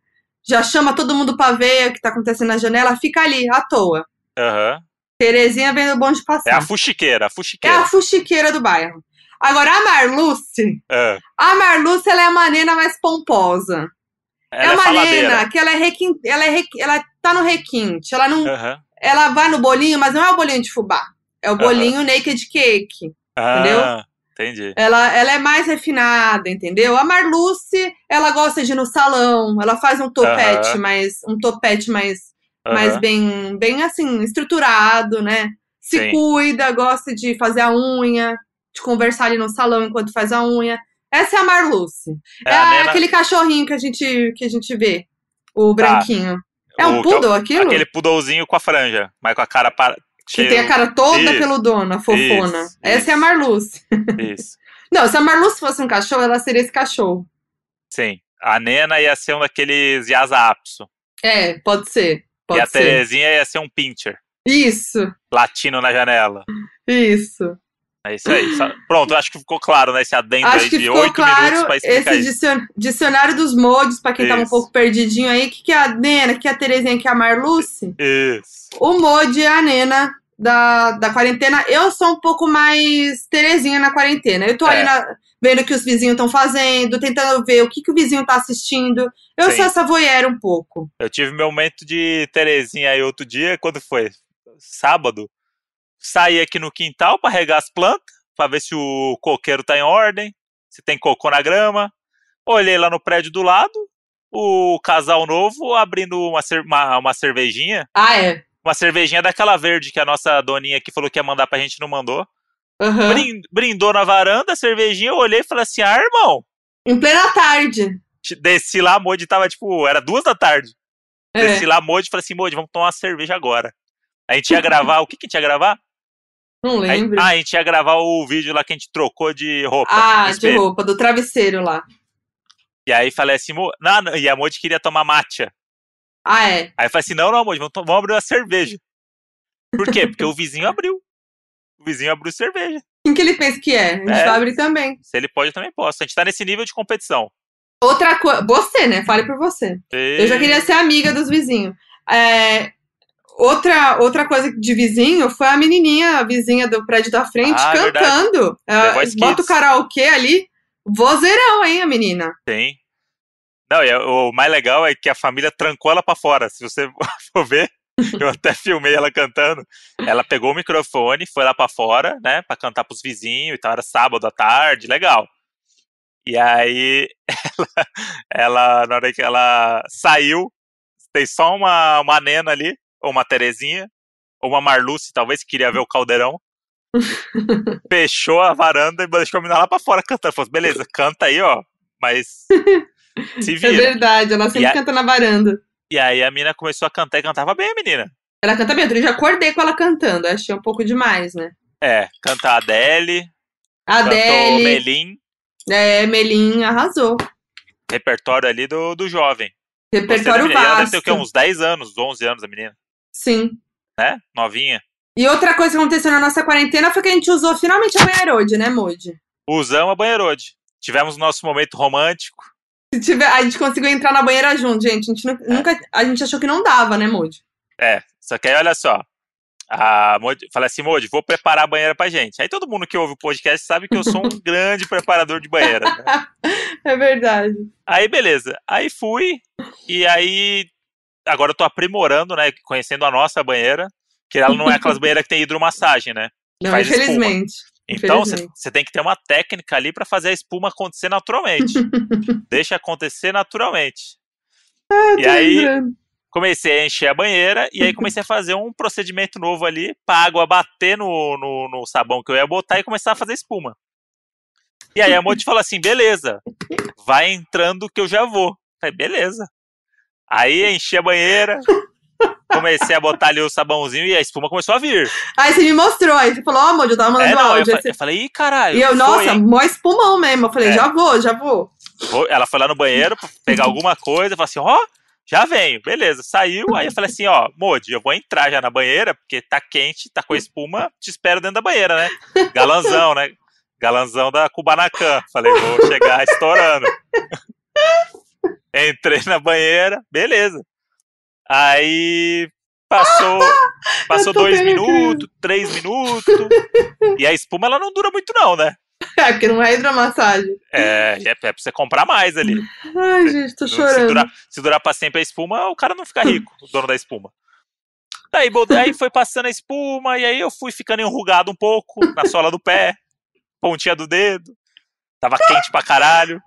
[SPEAKER 2] Já chama todo mundo pra ver o que tá acontecendo na janela. Fica ali, à toa.
[SPEAKER 1] Aham.
[SPEAKER 2] Terezinha vendo o bonde
[SPEAKER 1] É a
[SPEAKER 2] passar.
[SPEAKER 1] fuxiqueira, a
[SPEAKER 2] É a,
[SPEAKER 1] fuxiqueira.
[SPEAKER 2] fuxiqueira do bairro. Agora, a Marluce...
[SPEAKER 1] Ah,
[SPEAKER 2] A Marluce, ela é uma nena mais pomposa.
[SPEAKER 1] Ela é,
[SPEAKER 2] é uma
[SPEAKER 1] faladeira.
[SPEAKER 2] nena que ela é requin... ela, é requi- ela tá no requinte. Ela não
[SPEAKER 1] Aham.
[SPEAKER 2] ela vai no bolinho, mas não é o bolinho de fubá. É o
[SPEAKER 1] Aham.
[SPEAKER 2] bolinho naked cake.
[SPEAKER 1] Ah,
[SPEAKER 2] Entendeu?
[SPEAKER 1] Entendi.
[SPEAKER 2] Ela, ela é mais refinada, entendeu? A Marluce, ela gosta de ir no salão, ela faz um topete,
[SPEAKER 1] Aham.
[SPEAKER 2] mais um topete mais,
[SPEAKER 1] Aham.
[SPEAKER 2] mais bem, bem assim, estruturado, né? Se
[SPEAKER 1] Sim.
[SPEAKER 2] cuida, gosta de fazer a unha, de conversar ali no salão enquanto faz a unha. Essa é a Marluce. É,
[SPEAKER 1] É a nena-
[SPEAKER 2] aquele cachorrinho que a gente que a gente vê, o branquinho. É um
[SPEAKER 1] Ah. o- que é o-
[SPEAKER 2] poodle aquilo?
[SPEAKER 1] Aquele pudolzinho com a franja, mas com a cara para.
[SPEAKER 2] Que tem a cara toda
[SPEAKER 1] Isso,
[SPEAKER 2] peludona, fofona.
[SPEAKER 1] isso,
[SPEAKER 2] Essa é
[SPEAKER 1] isso.
[SPEAKER 2] a Marluce.
[SPEAKER 1] Isso.
[SPEAKER 2] Não, se a Marluce fosse um cachorro, ela seria esse cachorro.
[SPEAKER 1] Sim. A nena ia ser um daqueles Yasa Apso.
[SPEAKER 2] É, pode ser. Pode
[SPEAKER 1] e a
[SPEAKER 2] ser.
[SPEAKER 1] Terezinha ia ser um pincher.
[SPEAKER 2] Isso,
[SPEAKER 1] Latino na janela.
[SPEAKER 2] isso.
[SPEAKER 1] É isso aí. Só- Pronto, eu acho que ficou claro, né? Esse adendo
[SPEAKER 2] Acho
[SPEAKER 1] aí
[SPEAKER 2] que
[SPEAKER 1] de
[SPEAKER 2] ficou
[SPEAKER 1] oito minutos
[SPEAKER 2] claro
[SPEAKER 1] pra explicar
[SPEAKER 2] esse
[SPEAKER 1] isso.
[SPEAKER 2] dicion- dicionário dos modes, pra quem tava um
[SPEAKER 1] Isso.
[SPEAKER 2] pouco perdidinho aí. O que, que é a Nena, o que é a Terezinha, o que é a Marluce?
[SPEAKER 1] Isso.
[SPEAKER 2] O mode é a Nena da, da quarentena. Eu sou um pouco mais Terezinha na quarentena. Eu tô ali
[SPEAKER 1] É.
[SPEAKER 2] na- vendo o que os vizinhos estão fazendo, tentando ver o que, que o vizinho tá assistindo. Eu
[SPEAKER 1] Sim.
[SPEAKER 2] sou essa voyeur um pouco.
[SPEAKER 1] Eu tive meu momento de Terezinha aí outro dia, quando foi? Sábado. Saí aqui no quintal pra regar as plantas, pra ver se o coqueiro tá em ordem, se tem cocô na grama. Olhei lá no prédio do lado, o casal novo abrindo uma, cer- uma, uma cervejinha.
[SPEAKER 2] Ah, é.
[SPEAKER 1] Uma cervejinha daquela verde que a nossa doninha aqui falou que ia mandar pra gente e não mandou.
[SPEAKER 2] Aham.
[SPEAKER 1] Brin- brindou na varanda, a cervejinha, eu olhei e falei assim: ah, irmão,
[SPEAKER 2] Em plena tarde.
[SPEAKER 1] desci lá, a Modi tava tipo, era duas da tarde.
[SPEAKER 2] É.
[SPEAKER 1] Desci lá, Modi, falei assim, Modi, vamos tomar uma cerveja agora. A gente ia gravar, o que que a gente ia gravar?
[SPEAKER 2] Não
[SPEAKER 1] Aí-
[SPEAKER 2] lembro.
[SPEAKER 1] ah, a gente ia gravar o vídeo lá que a gente trocou de roupa. no
[SPEAKER 2] ah, de
[SPEAKER 1] espelho.
[SPEAKER 2] roupa, do travesseiro lá.
[SPEAKER 1] E aí falei assim, "Mo- não, não", e a Modi queria tomar matcha.
[SPEAKER 2] Ah, é.
[SPEAKER 1] Aí eu falei assim, não, não, Modi, vamos, to- vamos abrir uma cerveja. Por quê? Porque o vizinho abriu. O vizinho abriu cerveja.
[SPEAKER 2] Quem que ele pensa que é? A gente
[SPEAKER 1] É.
[SPEAKER 2] vai abrir também.
[SPEAKER 1] Se ele pode, eu também posso. A gente tá nesse nível de competição.
[SPEAKER 2] Outra coisa. Você, né? Fale por você. Eu
[SPEAKER 1] É.
[SPEAKER 2] já queria ser amiga dos vizinhos. É, Outra, outra coisa de vizinho foi a menininha, a vizinha do prédio da frente,
[SPEAKER 1] Ah,
[SPEAKER 2] cantando. Ah,
[SPEAKER 1] The Voice
[SPEAKER 2] bota o
[SPEAKER 1] Kids.
[SPEAKER 2] karaokê ali. Vozeirão, hein, a menina?
[SPEAKER 1] Tem. é Não, e o mais legal é que a família trancou ela pra fora. Se você for ver, Eu até filmei ela cantando. Ela pegou o microfone, foi lá pra fora, né, pra cantar pros vizinhos e tal. Era sábado à tarde, legal. E aí, ela, ela na hora que ela saiu, tem só uma, uma nena ali, ou uma Terezinha, ou uma Marluce, talvez, que queria ver o caldeirão. Fechou a varanda e deixou a menina lá pra fora cantando. Falou, beleza, canta aí, ó. Mas se
[SPEAKER 2] É
[SPEAKER 1] vira.
[SPEAKER 2] verdade, ela sempre
[SPEAKER 1] E a-
[SPEAKER 2] canta na varanda.
[SPEAKER 1] E aí a menina começou a cantar e cantava bem a menina.
[SPEAKER 2] Ela canta bem, outro dia eu já acordei com ela cantando, achei um pouco demais, né?
[SPEAKER 1] É, canta a Adele, cantou
[SPEAKER 2] Adele,
[SPEAKER 1] Melim,
[SPEAKER 2] é, Melim arrasou.
[SPEAKER 1] repertório ali do, do jovem. Gostei da
[SPEAKER 2] Repertório
[SPEAKER 1] menina. E Ela deve
[SPEAKER 2] vasto.
[SPEAKER 1] ter o quê? Um Uns 10 anos, 11 anos a menina,
[SPEAKER 2] Sim.
[SPEAKER 1] né? Novinha.
[SPEAKER 2] E outra coisa que aconteceu na nossa quarentena foi que a gente usou finalmente a banheira hoje, né, Moody?
[SPEAKER 1] Usamos a é banheirode. Tivemos nosso momento romântico.
[SPEAKER 2] Se tiver, a gente conseguiu entrar na banheira junto, gente. A gente nu- nunca, a gente achou que não dava, né, Moody?
[SPEAKER 1] É, só que aí olha só. A Modi, falei assim, Modi, vou preparar a banheira pra gente. Aí todo mundo que ouve o podcast sabe que eu sou um grande preparador de banheira. né?
[SPEAKER 2] É verdade.
[SPEAKER 1] Aí beleza. Aí fui e aí agora eu tô aprimorando, né, conhecendo a nossa banheira, que ela não é aquelas banheiras que tem hidromassagem, né?
[SPEAKER 2] Não,
[SPEAKER 1] Faz espuma.
[SPEAKER 2] infelizmente.
[SPEAKER 1] Então você
[SPEAKER 2] Infelizmente.
[SPEAKER 1] você tem que ter uma técnica ali pra fazer a espuma acontecer naturalmente. Deixa acontecer naturalmente. e
[SPEAKER 2] Tô
[SPEAKER 1] aí
[SPEAKER 2] lembrando.
[SPEAKER 1] comecei a encher a banheira e aí comecei a fazer um procedimento novo ali pra água bater no, no, no sabão que eu ia botar e começar a fazer espuma. E aí a Moti falou assim: beleza, vai entrando que eu já vou. Falei, beleza. Aí enchi a banheira, comecei a botar ali o sabãozinho e a espuma começou a vir.
[SPEAKER 2] Aí você me mostrou, aí você falou, ó, Moody, eu tava mandando
[SPEAKER 1] É, não, eu,
[SPEAKER 2] áudio.
[SPEAKER 1] fa-
[SPEAKER 2] aí você-
[SPEAKER 1] eu falei, ih, caralho.
[SPEAKER 2] E eu,
[SPEAKER 1] foi,
[SPEAKER 2] nossa,
[SPEAKER 1] hein?"
[SPEAKER 2] mó espumão mesmo. Eu falei,
[SPEAKER 1] É.
[SPEAKER 2] já vou, já vou.
[SPEAKER 1] Vou- Ela foi lá no banheiro pra pegar alguma coisa, falou assim, ó, já venho, beleza. Saiu, aí eu falei assim, ó, Modi, eu vou entrar já na banheira, porque tá quente, tá com espuma, te espero dentro da banheira, né? Galanzão, né? Galanzão da Kubanacan. Falei, vou chegar estourando. Entrei na banheira, beleza. Aí passou, passou
[SPEAKER 2] tô
[SPEAKER 1] dois
[SPEAKER 2] vendo a crise.
[SPEAKER 1] minutos, três minutos. E a espuma ela não dura muito, não, né?
[SPEAKER 2] É, porque não é hidromassagem.
[SPEAKER 1] É, é, é pra você comprar mais ali.
[SPEAKER 2] Ai, gente, tô
[SPEAKER 1] Se
[SPEAKER 2] chorando.
[SPEAKER 1] durar, se durar pra sempre a espuma, o cara não fica rico, o dono da espuma. Daí, bot- aí foi passando a espuma, e aí eu fui ficando enrugado um pouco na sola do pé, pontinha do dedo. Tava quente pra caralho.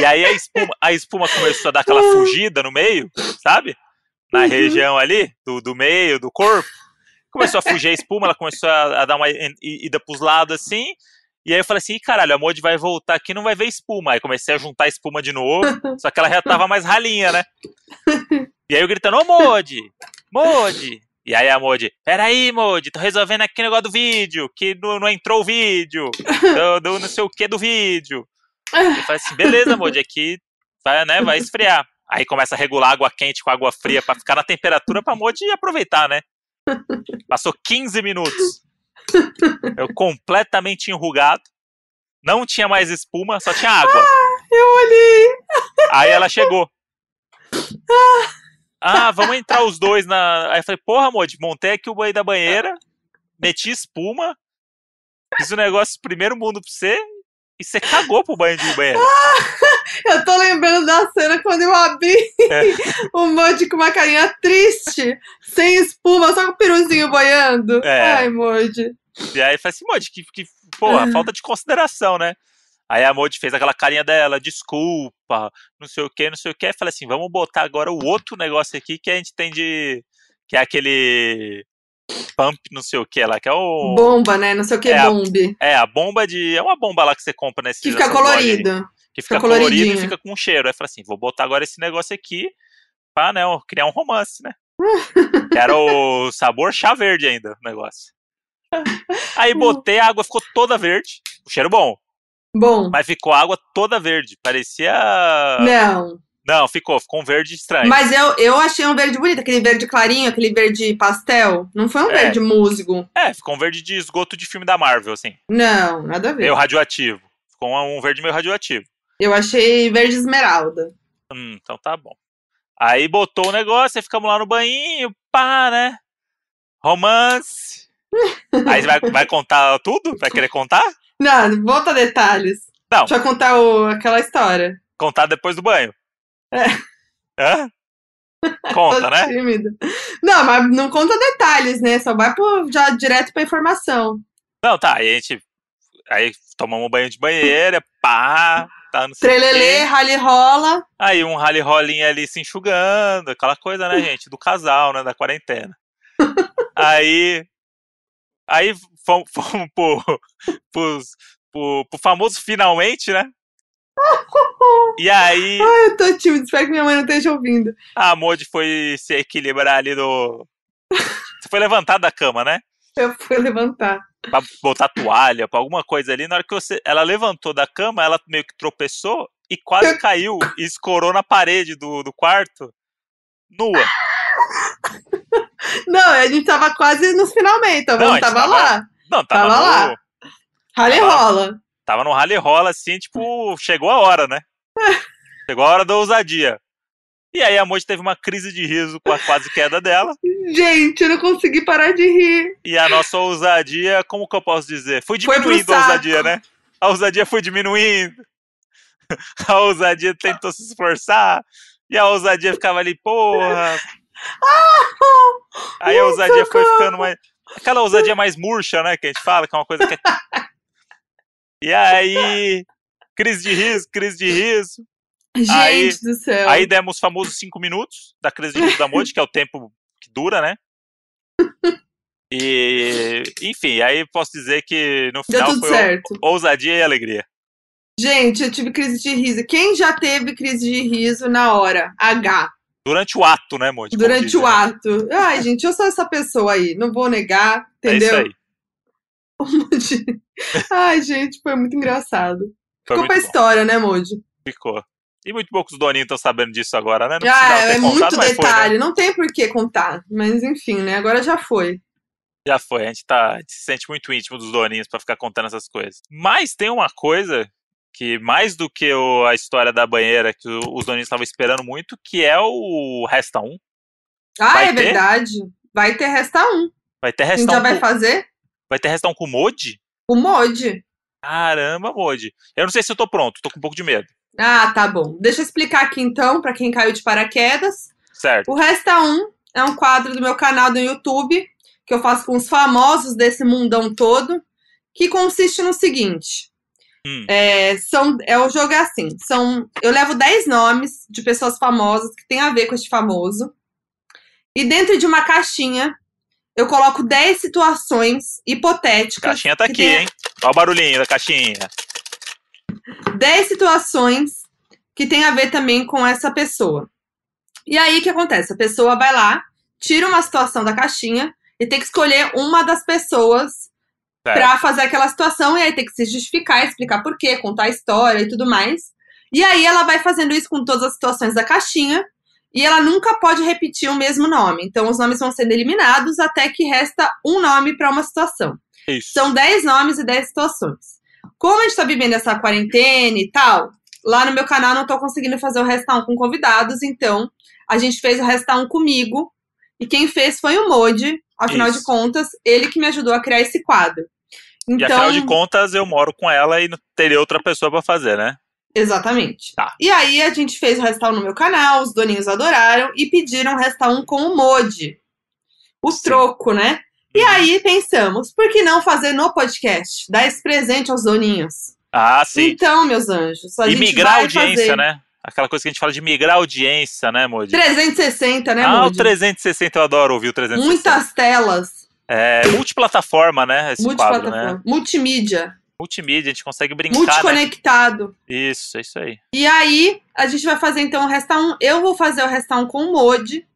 [SPEAKER 1] E aí a espuma, a espuma começou a dar aquela fugida no meio, sabe? Na
[SPEAKER 2] Uhum.
[SPEAKER 1] região ali, do, do meio, do corpo. Começou a fugir a espuma, ela começou a, a dar uma i- i- ida pros lados assim. E aí eu falei assim, Ih, caralho, a Modi vai voltar aqui não vai ver espuma. Aí comecei a juntar a espuma de novo, só que ela já tava mais ralinha, né? E aí eu gritando, ô Modi, Modi. E aí a Modi, peraí, Modi, tô resolvendo aqui o negócio do vídeo, que não, não entrou o vídeo, do, do não sei o que do vídeo. Eu falei assim, beleza, Modi, aqui vai, né, vai esfriar. Aí começa a regular água quente com água fria pra ficar na temperatura pra Modi aproveitar, né? Passou 15 minutos. Eu completamente enrugado. Não tinha mais espuma, só tinha água.
[SPEAKER 2] Eu olhei.
[SPEAKER 1] Aí ela chegou. Ah, vamos entrar os dois na. Aí eu falei, porra, amor, montei aqui o banho da banheira, meti espuma, fiz um negócio de primeiro mundo pra você, e você cagou pro banho de banheiro.
[SPEAKER 2] Eu tô lembrando da cena quando eu abri
[SPEAKER 1] É.
[SPEAKER 2] o Moody com uma carinha triste, sem espuma, só com o peruzinho boiando.
[SPEAKER 1] É.
[SPEAKER 2] Ai, Moody.
[SPEAKER 1] E aí eu falei assim, Modi, que, que porra, falta de consideração, né? Aí a Modi fez aquela carinha dela, desculpa, não sei o que, não sei o que. Falei assim, vamos botar agora o outro negócio aqui que a gente tem de. que é aquele. pump, não sei o que lá, que é o.
[SPEAKER 2] Bomba, né? Não sei o que,
[SPEAKER 1] É a-
[SPEAKER 2] bombe.
[SPEAKER 1] É, a bomba de. É uma bomba lá que você compra nesse.
[SPEAKER 2] Que fica
[SPEAKER 1] nessas lojas aí,
[SPEAKER 2] colorido.
[SPEAKER 1] Que fica,
[SPEAKER 2] fica
[SPEAKER 1] colorido e
[SPEAKER 2] coloridinho.
[SPEAKER 1] fica com cheiro. Aí fala assim: vou botar agora esse negócio aqui pra né, ó, criar um romance, né? Que Era o sabor chá verde ainda, o negócio. Aí
[SPEAKER 2] Hum.
[SPEAKER 1] botei, a água ficou toda verde. O cheiro bom,
[SPEAKER 2] Bom.
[SPEAKER 1] mas ficou a água toda verde. Parecia.
[SPEAKER 2] Não.
[SPEAKER 1] Não, ficou, ficou um verde estranho.
[SPEAKER 2] Né? Mas eu, eu achei um verde bonito, aquele verde clarinho, aquele verde pastel. Não foi um
[SPEAKER 1] É.
[SPEAKER 2] verde musgo.
[SPEAKER 1] É, ficou um verde de esgoto de filme da Marvel, assim.
[SPEAKER 2] Não, nada a ver.
[SPEAKER 1] Meio
[SPEAKER 2] Eu,
[SPEAKER 1] radioativo. Ficou um um verde meio radioativo.
[SPEAKER 2] achei verde esmeralda.
[SPEAKER 1] Hum, então tá bom. Aí botou o negócio, aí ficamos lá no banhinho, pá, né? Romance. Aí você vai, vai contar tudo? Vai querer contar?
[SPEAKER 2] Não, volta detalhes.
[SPEAKER 1] Não.
[SPEAKER 2] Deixa eu contar o- aquela história.
[SPEAKER 1] Contar depois do banho.
[SPEAKER 2] É.
[SPEAKER 1] Hã?
[SPEAKER 2] Tô
[SPEAKER 1] Conta, né?
[SPEAKER 2] tímida. Não, mas não conta detalhes, né? Só vai pro, já direto pra informação.
[SPEAKER 1] Não, tá, aí a gente. Aí tomamos um banho de banheira, pá, tá no
[SPEAKER 2] Trelelê, rally rola.
[SPEAKER 1] Aí um rally rolinha ali se enxugando, aquela coisa, né, gente? Do casal, né? Da quarentena. aí. Aí fomos, fomos pro, pros- pro- pro famoso finalmente, né? E aí
[SPEAKER 2] Ai, eu tô tímida, espero que minha mãe não esteja ouvindo.
[SPEAKER 1] a Modi foi se equilibrar ali do. Você foi levantar da cama, né?
[SPEAKER 2] Eu fui levantar.
[SPEAKER 1] pra botar toalha, pra alguma coisa ali. Na hora que você, ela levantou da cama, ela meio que tropeçou e quase caiu e escorou na parede do, do quarto, nua.
[SPEAKER 2] Não, a gente tava quase nos finalmente, então
[SPEAKER 1] Não, a
[SPEAKER 2] não,
[SPEAKER 1] gente
[SPEAKER 2] tava,
[SPEAKER 1] tava-
[SPEAKER 2] lá.
[SPEAKER 1] Não, tava,
[SPEAKER 2] Tava
[SPEAKER 1] no,
[SPEAKER 2] lá. Rally
[SPEAKER 1] tava-
[SPEAKER 2] rola.
[SPEAKER 1] tava no rally rola assim, tipo, chegou a hora, né? Chegou a hora da ousadia. E aí a Moji teve uma crise de riso com a quase queda dela.
[SPEAKER 2] Gente, eu não consegui parar de rir.
[SPEAKER 1] E a nossa ousadia, como que eu posso dizer? Foi
[SPEAKER 2] Foi pro
[SPEAKER 1] diminuindo a
[SPEAKER 2] saco.
[SPEAKER 1] ousadia, né? A ousadia foi diminuindo. A ousadia tentou se esforçar. E a ousadia ficava ali, porra.
[SPEAKER 2] Ah,
[SPEAKER 1] Aí a ousadia foi ficando mais. Aquela ousadia mais murcha, né? Que a gente fala, que é uma coisa que é. E aí. Crise de riso, crise de riso.
[SPEAKER 2] Gente
[SPEAKER 1] Aí-
[SPEAKER 2] do céu.
[SPEAKER 1] Aí demos os famosos cinco minutos da crise de riso da Moody, que é o tempo que dura, né? E, enfim, aí posso dizer que no
[SPEAKER 2] Deu
[SPEAKER 1] final
[SPEAKER 2] tudo
[SPEAKER 1] foi
[SPEAKER 2] certo.
[SPEAKER 1] ou- ousadia e alegria.
[SPEAKER 2] Gente, eu tive crise de riso. Quem já teve crise de riso na hora? H.
[SPEAKER 1] Durante o ato, né, Moody? como
[SPEAKER 2] durante
[SPEAKER 1] dizem.
[SPEAKER 2] o ato. Ai, gente, eu sou essa pessoa aí. Não vou negar, entendeu?
[SPEAKER 1] É isso aí.
[SPEAKER 2] Ai, gente, foi muito engraçado.
[SPEAKER 1] Foi
[SPEAKER 2] Ficou
[SPEAKER 1] muito
[SPEAKER 2] pra
[SPEAKER 1] bom.
[SPEAKER 2] história, né, Moji?
[SPEAKER 1] Ficou. E muito poucos doninhos estão sabendo disso agora, né? Não
[SPEAKER 2] Ah,
[SPEAKER 1] precisava ter
[SPEAKER 2] é
[SPEAKER 1] contado, mas
[SPEAKER 2] muito
[SPEAKER 1] foi, né?
[SPEAKER 2] detalhe. Não tem por que contar. Mas enfim, né? Agora já foi.
[SPEAKER 1] Já foi, a gente, tá, a gente se sente muito íntimo dos doninhos pra ficar contando essas coisas. Mas tem uma coisa que, mais do que o- a história da banheira, que o- os doninhos estavam esperando muito, que é o Resta 1.
[SPEAKER 2] Ah,
[SPEAKER 1] Vai
[SPEAKER 2] é
[SPEAKER 1] ter?
[SPEAKER 2] verdade. Vai ter resta um.
[SPEAKER 1] Vai ter
[SPEAKER 2] A gente
[SPEAKER 1] Resta 1
[SPEAKER 2] já
[SPEAKER 1] com,
[SPEAKER 2] vai fazer
[SPEAKER 1] vai ter Resta 1 com Modi?
[SPEAKER 2] o mod.
[SPEAKER 1] Caramba, Modi. Eu não sei se eu tô pronto, tô com um pouco de medo.
[SPEAKER 2] Ah, tá bom. Deixa eu explicar aqui então, pra quem caiu de paraquedas.
[SPEAKER 1] Certo.
[SPEAKER 2] O Resta 1 é um quadro do meu canal do YouTube, que eu faço com os famosos desse mundão todo, que consiste no seguinte.
[SPEAKER 1] Hum.
[SPEAKER 2] É, são, é o jogo é assim. São, eu levo 10 nomes de pessoas famosas que tem a ver com este famoso. E dentro de uma caixinha, eu coloco 10 situações hipotéticas.
[SPEAKER 1] Caixinha tá
[SPEAKER 2] que
[SPEAKER 1] aqui,
[SPEAKER 2] tem-
[SPEAKER 1] hein? Ó o barulhinho da caixinha.
[SPEAKER 2] 10 situações que tem a ver também com essa pessoa. E aí o que acontece? A pessoa vai lá, tira uma situação da caixinha e tem que escolher uma das pessoas
[SPEAKER 1] Certo.
[SPEAKER 2] pra fazer aquela situação e aí tem que se justificar, explicar por quê, contar a história e tudo mais. E aí ela vai fazendo isso com todas as situações da caixinha e ela nunca pode repetir o mesmo nome. Então os nomes vão sendo eliminados até que resta um nome pra uma situação.
[SPEAKER 1] Isso.
[SPEAKER 2] São 10 nomes e 10 situações. Como a gente tá vivendo essa quarentena e tal, lá no meu canal não tô conseguindo fazer o Resta 1 com convidados, então a gente fez o Resta 1 comigo. E quem fez foi o Modi, afinal
[SPEAKER 1] Isso.
[SPEAKER 2] de contas, ele que me ajudou a criar esse quadro.
[SPEAKER 1] E
[SPEAKER 2] Então,
[SPEAKER 1] afinal de contas, eu moro com ela e não teria outra pessoa pra fazer, né?
[SPEAKER 2] exatamente.
[SPEAKER 1] Tá.
[SPEAKER 2] E aí a gente fez o Resta 1 no meu canal, os doninhos adoraram e pediram o Resta 1 com o Modi. O troco, né? E
[SPEAKER 1] Uhum.
[SPEAKER 2] aí pensamos, por que não fazer no podcast? Dar esse presente aos doninhos.
[SPEAKER 1] Ah, sim.
[SPEAKER 2] Então, meus anjos, a
[SPEAKER 1] e
[SPEAKER 2] gente
[SPEAKER 1] migrar a
[SPEAKER 2] vai
[SPEAKER 1] audiência,
[SPEAKER 2] fazer
[SPEAKER 1] né? Aquela coisa que a gente fala de migrar a audiência, né, Modi?
[SPEAKER 2] 360, né,
[SPEAKER 1] ah, o
[SPEAKER 2] Moody?
[SPEAKER 1] 360, eu adoro ouvir o 360.
[SPEAKER 2] Muitas telas,
[SPEAKER 1] É, multiplataforma, né? Esse quadro,
[SPEAKER 2] multiplataforma,
[SPEAKER 1] né?
[SPEAKER 2] multimídia,
[SPEAKER 1] Multimídia, a gente consegue brincar, né?
[SPEAKER 2] multiconectado.
[SPEAKER 1] Isso, é isso aí.
[SPEAKER 2] E aí, a gente vai fazer então o Resta 1. Eu vou fazer o Resta 1 com o Modi.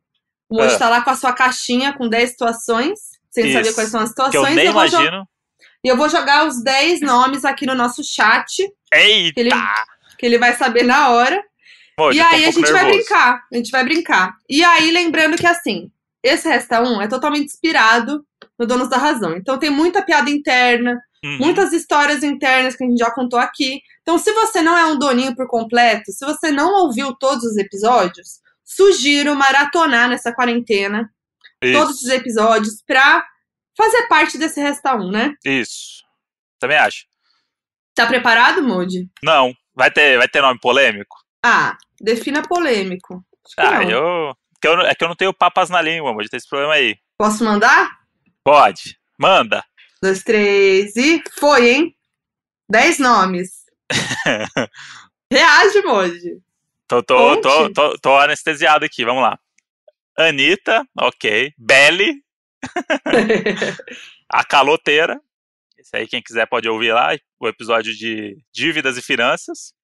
[SPEAKER 2] O Modi
[SPEAKER 1] Ah.
[SPEAKER 2] tá lá com a sua caixinha com 10 situações, sem
[SPEAKER 1] Isso.
[SPEAKER 2] saber quais são as
[SPEAKER 1] Que eu
[SPEAKER 2] situações.
[SPEAKER 1] nem
[SPEAKER 2] e eu vou jo-
[SPEAKER 1] imagino.
[SPEAKER 2] e eu vou jogar os 10 nomes aqui no nosso chat,
[SPEAKER 1] Eita!
[SPEAKER 2] Ele- que ele vai saber na hora.
[SPEAKER 1] Modi,
[SPEAKER 2] E
[SPEAKER 1] eu tô um
[SPEAKER 2] aí a
[SPEAKER 1] pouco
[SPEAKER 2] gente vai
[SPEAKER 1] nervoso.
[SPEAKER 2] brincar, a gente vai brincar. E aí, lembrando que assim, esse Resta 1 é totalmente inspirado no Donos da Razão. Então tem muita piada interna,
[SPEAKER 1] Uhum.
[SPEAKER 2] muitas histórias internas que a gente já contou aqui. Então, se você não é um doninho por completo, se você não ouviu todos os episódios, sugiro maratonar nessa quarentena
[SPEAKER 1] Isso,
[SPEAKER 2] todos os episódios pra fazer parte desse Resta 1, né?
[SPEAKER 1] isso. Também acho.
[SPEAKER 2] Tá preparado, Moody?
[SPEAKER 1] Não. Vai ter, vai ter nome polêmico?
[SPEAKER 2] Ah, defina polêmico. Acho que
[SPEAKER 1] Ah,
[SPEAKER 2] não.
[SPEAKER 1] eu. Porque eu, não- é que eu não tenho papas na língua, amor. Tem esse problema aí.
[SPEAKER 2] Posso mandar?
[SPEAKER 1] Pode. Manda.
[SPEAKER 2] Dois, três e foi, hein? Dez nomes. Reage, Moji.
[SPEAKER 1] Tô, tô, tô,
[SPEAKER 2] Conte.
[SPEAKER 1] tô, tô anestesiado aqui, vamos lá. Anitta, ok. Belly, a caloteira. Esse aí, quem quiser pode ouvir lá, o episódio de dívidas e finanças.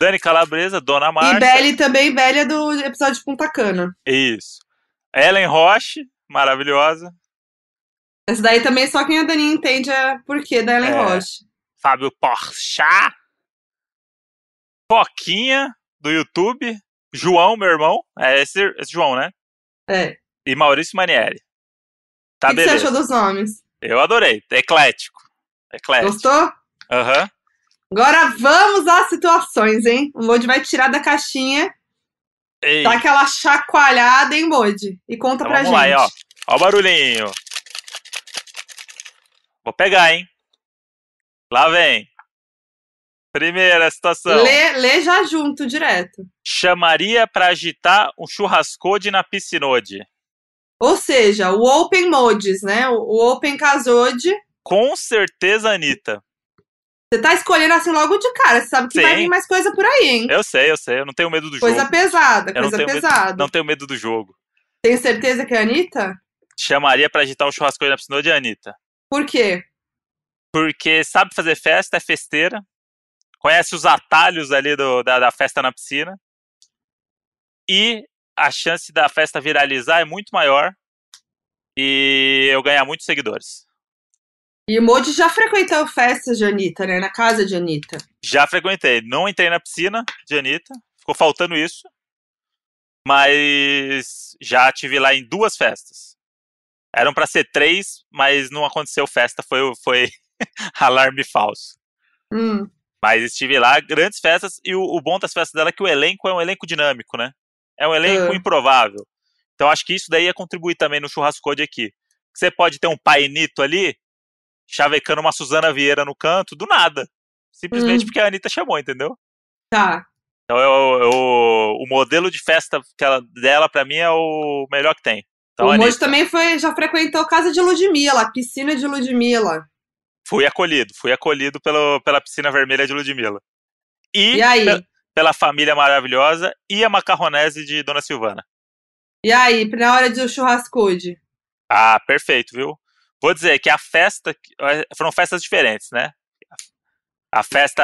[SPEAKER 1] Dani Calabresa, Dona
[SPEAKER 2] e
[SPEAKER 1] Márcia.
[SPEAKER 2] Belly também, Belly é do episódio de Punta Cana.
[SPEAKER 1] Isso. Ellen Roche, maravilhosa.
[SPEAKER 2] Essa daí também só quem a Daninha entende é porquê da Ellen
[SPEAKER 1] É.
[SPEAKER 2] Roche.
[SPEAKER 1] Fábio Porchat. Foquinha, do YouTube. João, meu irmão. É esse, esse João, né?
[SPEAKER 2] É.
[SPEAKER 1] E Maurício Manieri. Tá
[SPEAKER 2] o que que você
[SPEAKER 1] beleza.
[SPEAKER 2] achou dos nomes?
[SPEAKER 1] Eu adorei. Eclético. Eclético.
[SPEAKER 2] Gostou?
[SPEAKER 1] Aham.
[SPEAKER 2] Tá Agora vamos às situações, hein? O Moji vai tirar da caixinha,
[SPEAKER 1] Ei,
[SPEAKER 2] dá aquela chacoalhada, hein, Moji? E conta
[SPEAKER 1] então
[SPEAKER 2] pra
[SPEAKER 1] vamos
[SPEAKER 2] gente.
[SPEAKER 1] lá, hein, ó. Ó o barulhinho. Vou pegar, hein? Lá vem. Primeira situação.
[SPEAKER 2] Lê, lê já junto, direto.
[SPEAKER 1] Chamaria pra agitar um churrascode na piscinode.
[SPEAKER 2] Ou seja, o Open Modes, né? O, o Open Casode.
[SPEAKER 1] Com certeza, Anitta.
[SPEAKER 2] Você tá escolhendo assim logo de cara. Você sabe que vai
[SPEAKER 1] Sim.
[SPEAKER 2] vir mais coisa por aí, hein?
[SPEAKER 1] Eu sei, eu sei. Eu não tenho medo do
[SPEAKER 2] Coisa
[SPEAKER 1] jogo.
[SPEAKER 2] pesada,
[SPEAKER 1] Eu não
[SPEAKER 2] coisa
[SPEAKER 1] tenho medo-
[SPEAKER 2] pesada.
[SPEAKER 1] Não tenho medo do jogo.
[SPEAKER 2] Tem certeza que é a Anitta?
[SPEAKER 1] Chamaria pra agitar um churrascode na piscinode, Anitta.
[SPEAKER 2] Por quê?
[SPEAKER 1] Porque sabe fazer festa, é festeira. Conhece os atalhos ali do- da, da festa na piscina. E a chance da festa viralizar é muito maior. E eu ganhar muitos seguidores.
[SPEAKER 2] E o Moji já frequentou festas de Anitta, né? Na casa de Anitta.
[SPEAKER 1] Já frequentei. Não entrei na piscina de Anitta. Ficou faltando isso. Mas já tive lá em duas festas. Eram pra ser três, mas não aconteceu festa. Foi, o- foi alarme falso.
[SPEAKER 2] Hum.
[SPEAKER 1] Mas estive lá, grandes festas, e o, o bom das festas dela é que o elenco é um elenco dinâmico, né? É um elenco
[SPEAKER 2] É.
[SPEAKER 1] improvável. Então acho que isso daí ia contribuir também no churrascode aqui. Você pode ter um painito ali, chavecando uma Suzana Vieira no canto, do nada. Simplesmente
[SPEAKER 2] Hum.
[SPEAKER 1] porque a Anitta chamou, entendeu?
[SPEAKER 2] Tá.
[SPEAKER 1] Então eu, eu- o modelo de festa que ela- dela, pra mim, é o melhor que tem. Então,
[SPEAKER 2] o
[SPEAKER 1] Anitta,
[SPEAKER 2] Moji também foi, já frequentou casa de Ludmilla, piscina de Ludmilla.
[SPEAKER 1] fui acolhido, fui acolhido pelo, pela piscina vermelha de Ludmilla. E,
[SPEAKER 2] E aí?
[SPEAKER 1] pe- pela família maravilhosa e a macarronese de Dona Silvana.
[SPEAKER 2] E aí, na hora do churrascude?
[SPEAKER 1] Ah, perfeito, viu? Vou dizer que a festa. que- eh, Foram festas diferentes, né? A festa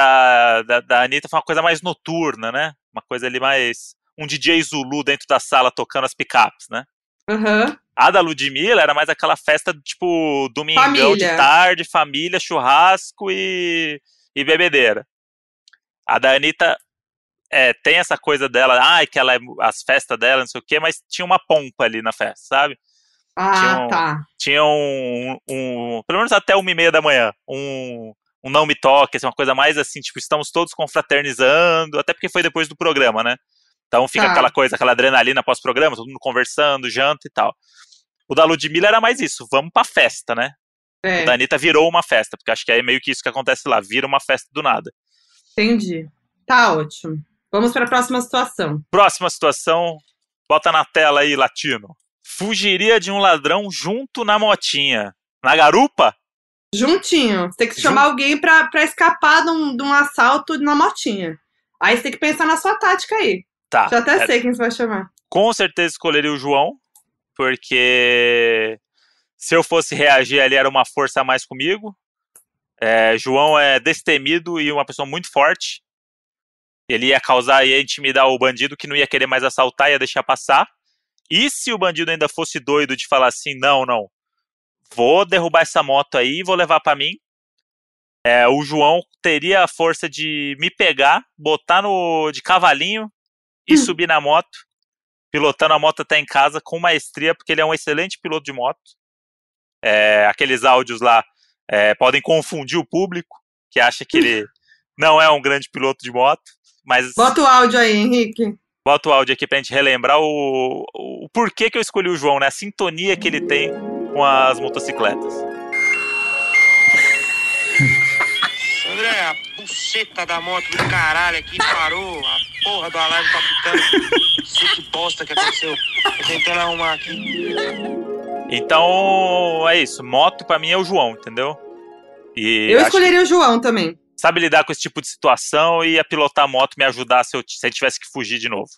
[SPEAKER 1] da, da Anitta foi uma coisa mais noturna, né? Uma coisa ali mais. Um DJ Zulu dentro da sala tocando as picapes, né?
[SPEAKER 2] Aham.
[SPEAKER 1] A da Ludmilla era mais aquela festa, tipo, domingão de
[SPEAKER 2] Família.
[SPEAKER 1] tarde, família, churrasco e, e bebedeira. A da Anitta é, tem essa coisa dela, ai, que ela é, mu- as festas dela, não sei o quê, mas tinha uma pompa ali na festa, sabe?
[SPEAKER 2] Ah,
[SPEAKER 1] Tinha um-
[SPEAKER 2] tá.
[SPEAKER 1] Tinha um, um- pelo menos até uma e meia da manhã, um, um não me toque, assim, uma coisa mais assim, tipo, estamos todos confraternizando, até porque foi depois do programa, né? Então fica
[SPEAKER 2] Tá.
[SPEAKER 1] aquela coisa, aquela adrenalina pós-programa, todo mundo conversando, janta e tal. O da Ludmilla era mais isso, vamos pra festa, né?
[SPEAKER 2] É,
[SPEAKER 1] O da Anitta virou uma festa, porque acho que é meio que isso que acontece lá, vira uma festa do nada.
[SPEAKER 2] entendi. Tá ótimo. Vamos para a próxima situação.
[SPEAKER 1] Próxima situação, bota na tela aí, latino. Fugiria de um ladrão junto na motinha. Na garupa?
[SPEAKER 2] Juntinho. Você tem que
[SPEAKER 1] Jun-
[SPEAKER 2] chamar alguém pra pra escapar de um, de um assalto na motinha. Aí você tem que pensar na sua tática aí.
[SPEAKER 1] Tá.
[SPEAKER 2] Já até
[SPEAKER 1] é-
[SPEAKER 2] sei quem você vai chamar.
[SPEAKER 1] com certeza escolheria o João, porque se eu fosse reagir ali era uma força a mais comigo. É, João é destemido e uma pessoa muito forte. Ele ia causar, ia intimidar o bandido que não ia querer mais assaltar, ia deixar passar. E se o bandido ainda fosse doido de falar assim, não, não, vou derrubar essa moto aí e vou levar pra mim. É, o João teria a força de me pegar, botar no de cavalinho e
[SPEAKER 2] Hum.
[SPEAKER 1] subir na moto pilotando a moto até em casa com maestria, porque ele é um excelente piloto de moto. É, aqueles áudios lá é, podem confundir o público, que acha que ele não é um grande piloto de moto, mas bota,
[SPEAKER 2] Bota o áudio aí, Henrique.
[SPEAKER 1] o áudio aqui pra gente relembrar o, o porquê que eu escolhi o João, né? A sintonia que ele tem com as motocicletas.
[SPEAKER 3] é a buceta da moto do caralho aqui, parou a porra do alarme capitão. Sei que bosta que aconteceu. Eu tentando arrumar aqui.
[SPEAKER 1] Então, é isso. Moto pra mim é o João, entendeu? E
[SPEAKER 2] Eu
[SPEAKER 1] acho que
[SPEAKER 2] escolheria o João também.
[SPEAKER 1] sabe lidar com esse tipo de situação e a pilotar a moto me ajudar se eu, t- se eu tivesse que fugir de novo.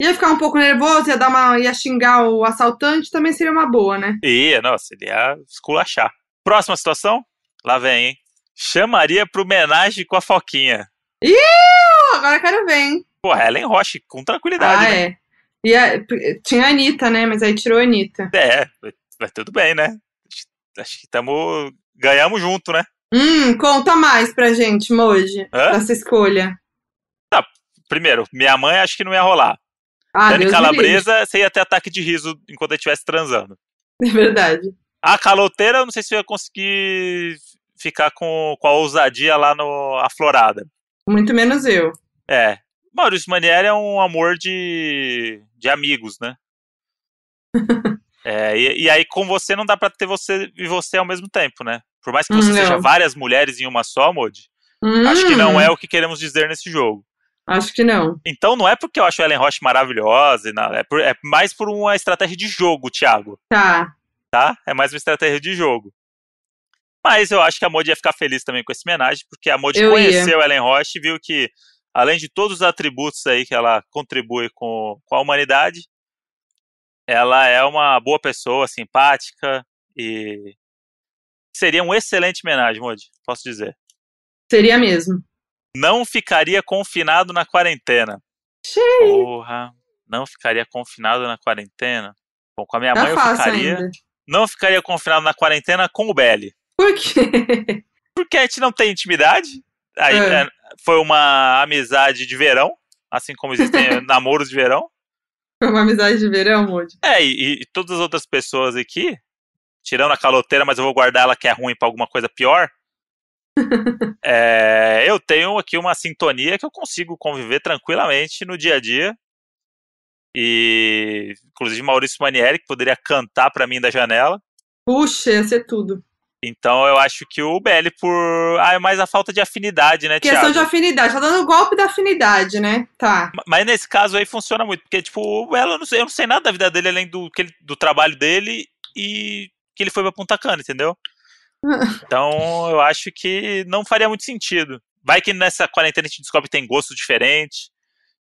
[SPEAKER 2] Ia ficar um pouco nervoso, ia dar uma. ia xingar o assaltante, também seria uma boa, né?
[SPEAKER 1] E, nossa, ele ia esculachar. Próxima situação? Lá vem, hein? Chamaria pro homenagem com a Foquinha.
[SPEAKER 2] Pô, agora quero ver, hein?
[SPEAKER 1] Porra, Ellen Roche, com tranquilidade,
[SPEAKER 2] Ah,
[SPEAKER 1] né?
[SPEAKER 2] é. E a- p- tinha a Anitta, né? Mas aí tirou a Anitta.
[SPEAKER 1] É, mas tudo bem, né? Acho- Acho que tamo. Ganhamos junto, né?
[SPEAKER 2] Hum, conta mais pra gente, Moji,
[SPEAKER 1] Hã?
[SPEAKER 2] dessa escolha.
[SPEAKER 1] Primeiro, minha mãe acho que não ia rolar.
[SPEAKER 2] Ah,
[SPEAKER 1] Dani
[SPEAKER 2] Deus me livre.
[SPEAKER 1] Calabresa, você ia ter ataque de riso enquanto eu estivesse transando.
[SPEAKER 2] É verdade.
[SPEAKER 1] A caloteira, eu não sei se eu ia conseguir ficar com, com a ousadia lá no Aflorada.
[SPEAKER 2] Muito menos eu.
[SPEAKER 1] É. Maurício Manieri é um amor de, de amigos, né? É, e, e aí com você não dá pra ter você e você ao mesmo tempo, né? Por mais que você
[SPEAKER 2] Hum,
[SPEAKER 1] seja
[SPEAKER 2] não.
[SPEAKER 1] várias mulheres em uma só, Mod,
[SPEAKER 2] Hum,
[SPEAKER 1] acho que não é o que queremos dizer nesse jogo.
[SPEAKER 2] Acho que não.
[SPEAKER 1] Então não é porque eu acho a Ellen Roche maravilhosa, e nada, é, por- é mais por uma estratégia de jogo, Thiago,
[SPEAKER 2] Tá.
[SPEAKER 1] tá? É mais uma estratégia de jogo. Mas eu acho que a Mod ia ficar feliz também com esse homenagem, porque a Mod
[SPEAKER 2] Eu ia.
[SPEAKER 1] conheceu a Ellen Roche e viu que, além de todos os atributos aí que ela contribui com, com a humanidade, ela é uma boa pessoa, simpática e seria um excelente homenagem, Mod, posso dizer.
[SPEAKER 2] Seria mesmo.
[SPEAKER 1] não ficaria confinado na quarentena.
[SPEAKER 2] Xiii.
[SPEAKER 1] Porra, não ficaria confinado na quarentena? Bom, com a minha mãe
[SPEAKER 2] tá
[SPEAKER 1] eu
[SPEAKER 2] fácil
[SPEAKER 1] ficaria.
[SPEAKER 2] ainda.
[SPEAKER 1] Não ficaria confinado na quarentena com o Belly.
[SPEAKER 2] Por quê?
[SPEAKER 1] Porque a gente não tem intimidade. Aí,
[SPEAKER 2] É.
[SPEAKER 1] é, Foi uma amizade de verão, assim como existem namoros de verão.
[SPEAKER 2] Foi uma amizade de verão, Moji?
[SPEAKER 1] É, e, e todas as outras pessoas aqui, tirando a caloteira, mas eu vou guardar ela que é ruim pra alguma coisa pior. é, eu tenho aqui uma sintonia que eu consigo conviver tranquilamente no dia a dia. E inclusive Maurício Manieri, que poderia cantar pra mim da janela.
[SPEAKER 2] Puxa, ia ser tudo.
[SPEAKER 1] Então eu acho que o Belly por. Ah, é mais a falta de afinidade, né,
[SPEAKER 2] Questão
[SPEAKER 1] Thiago?
[SPEAKER 2] de afinidade. Tá dando o golpe da afinidade, né? Tá.
[SPEAKER 1] Ma- Mas nesse caso aí funciona muito, porque, tipo, ela, eu não sei, eu não sei nada da vida dele além do, que ele- do trabalho dele e que ele foi pra Punta Cana, entendeu? Então, eu acho que não faria muito sentido. Vai que nessa quarentena a gente descobre que tem gosto diferente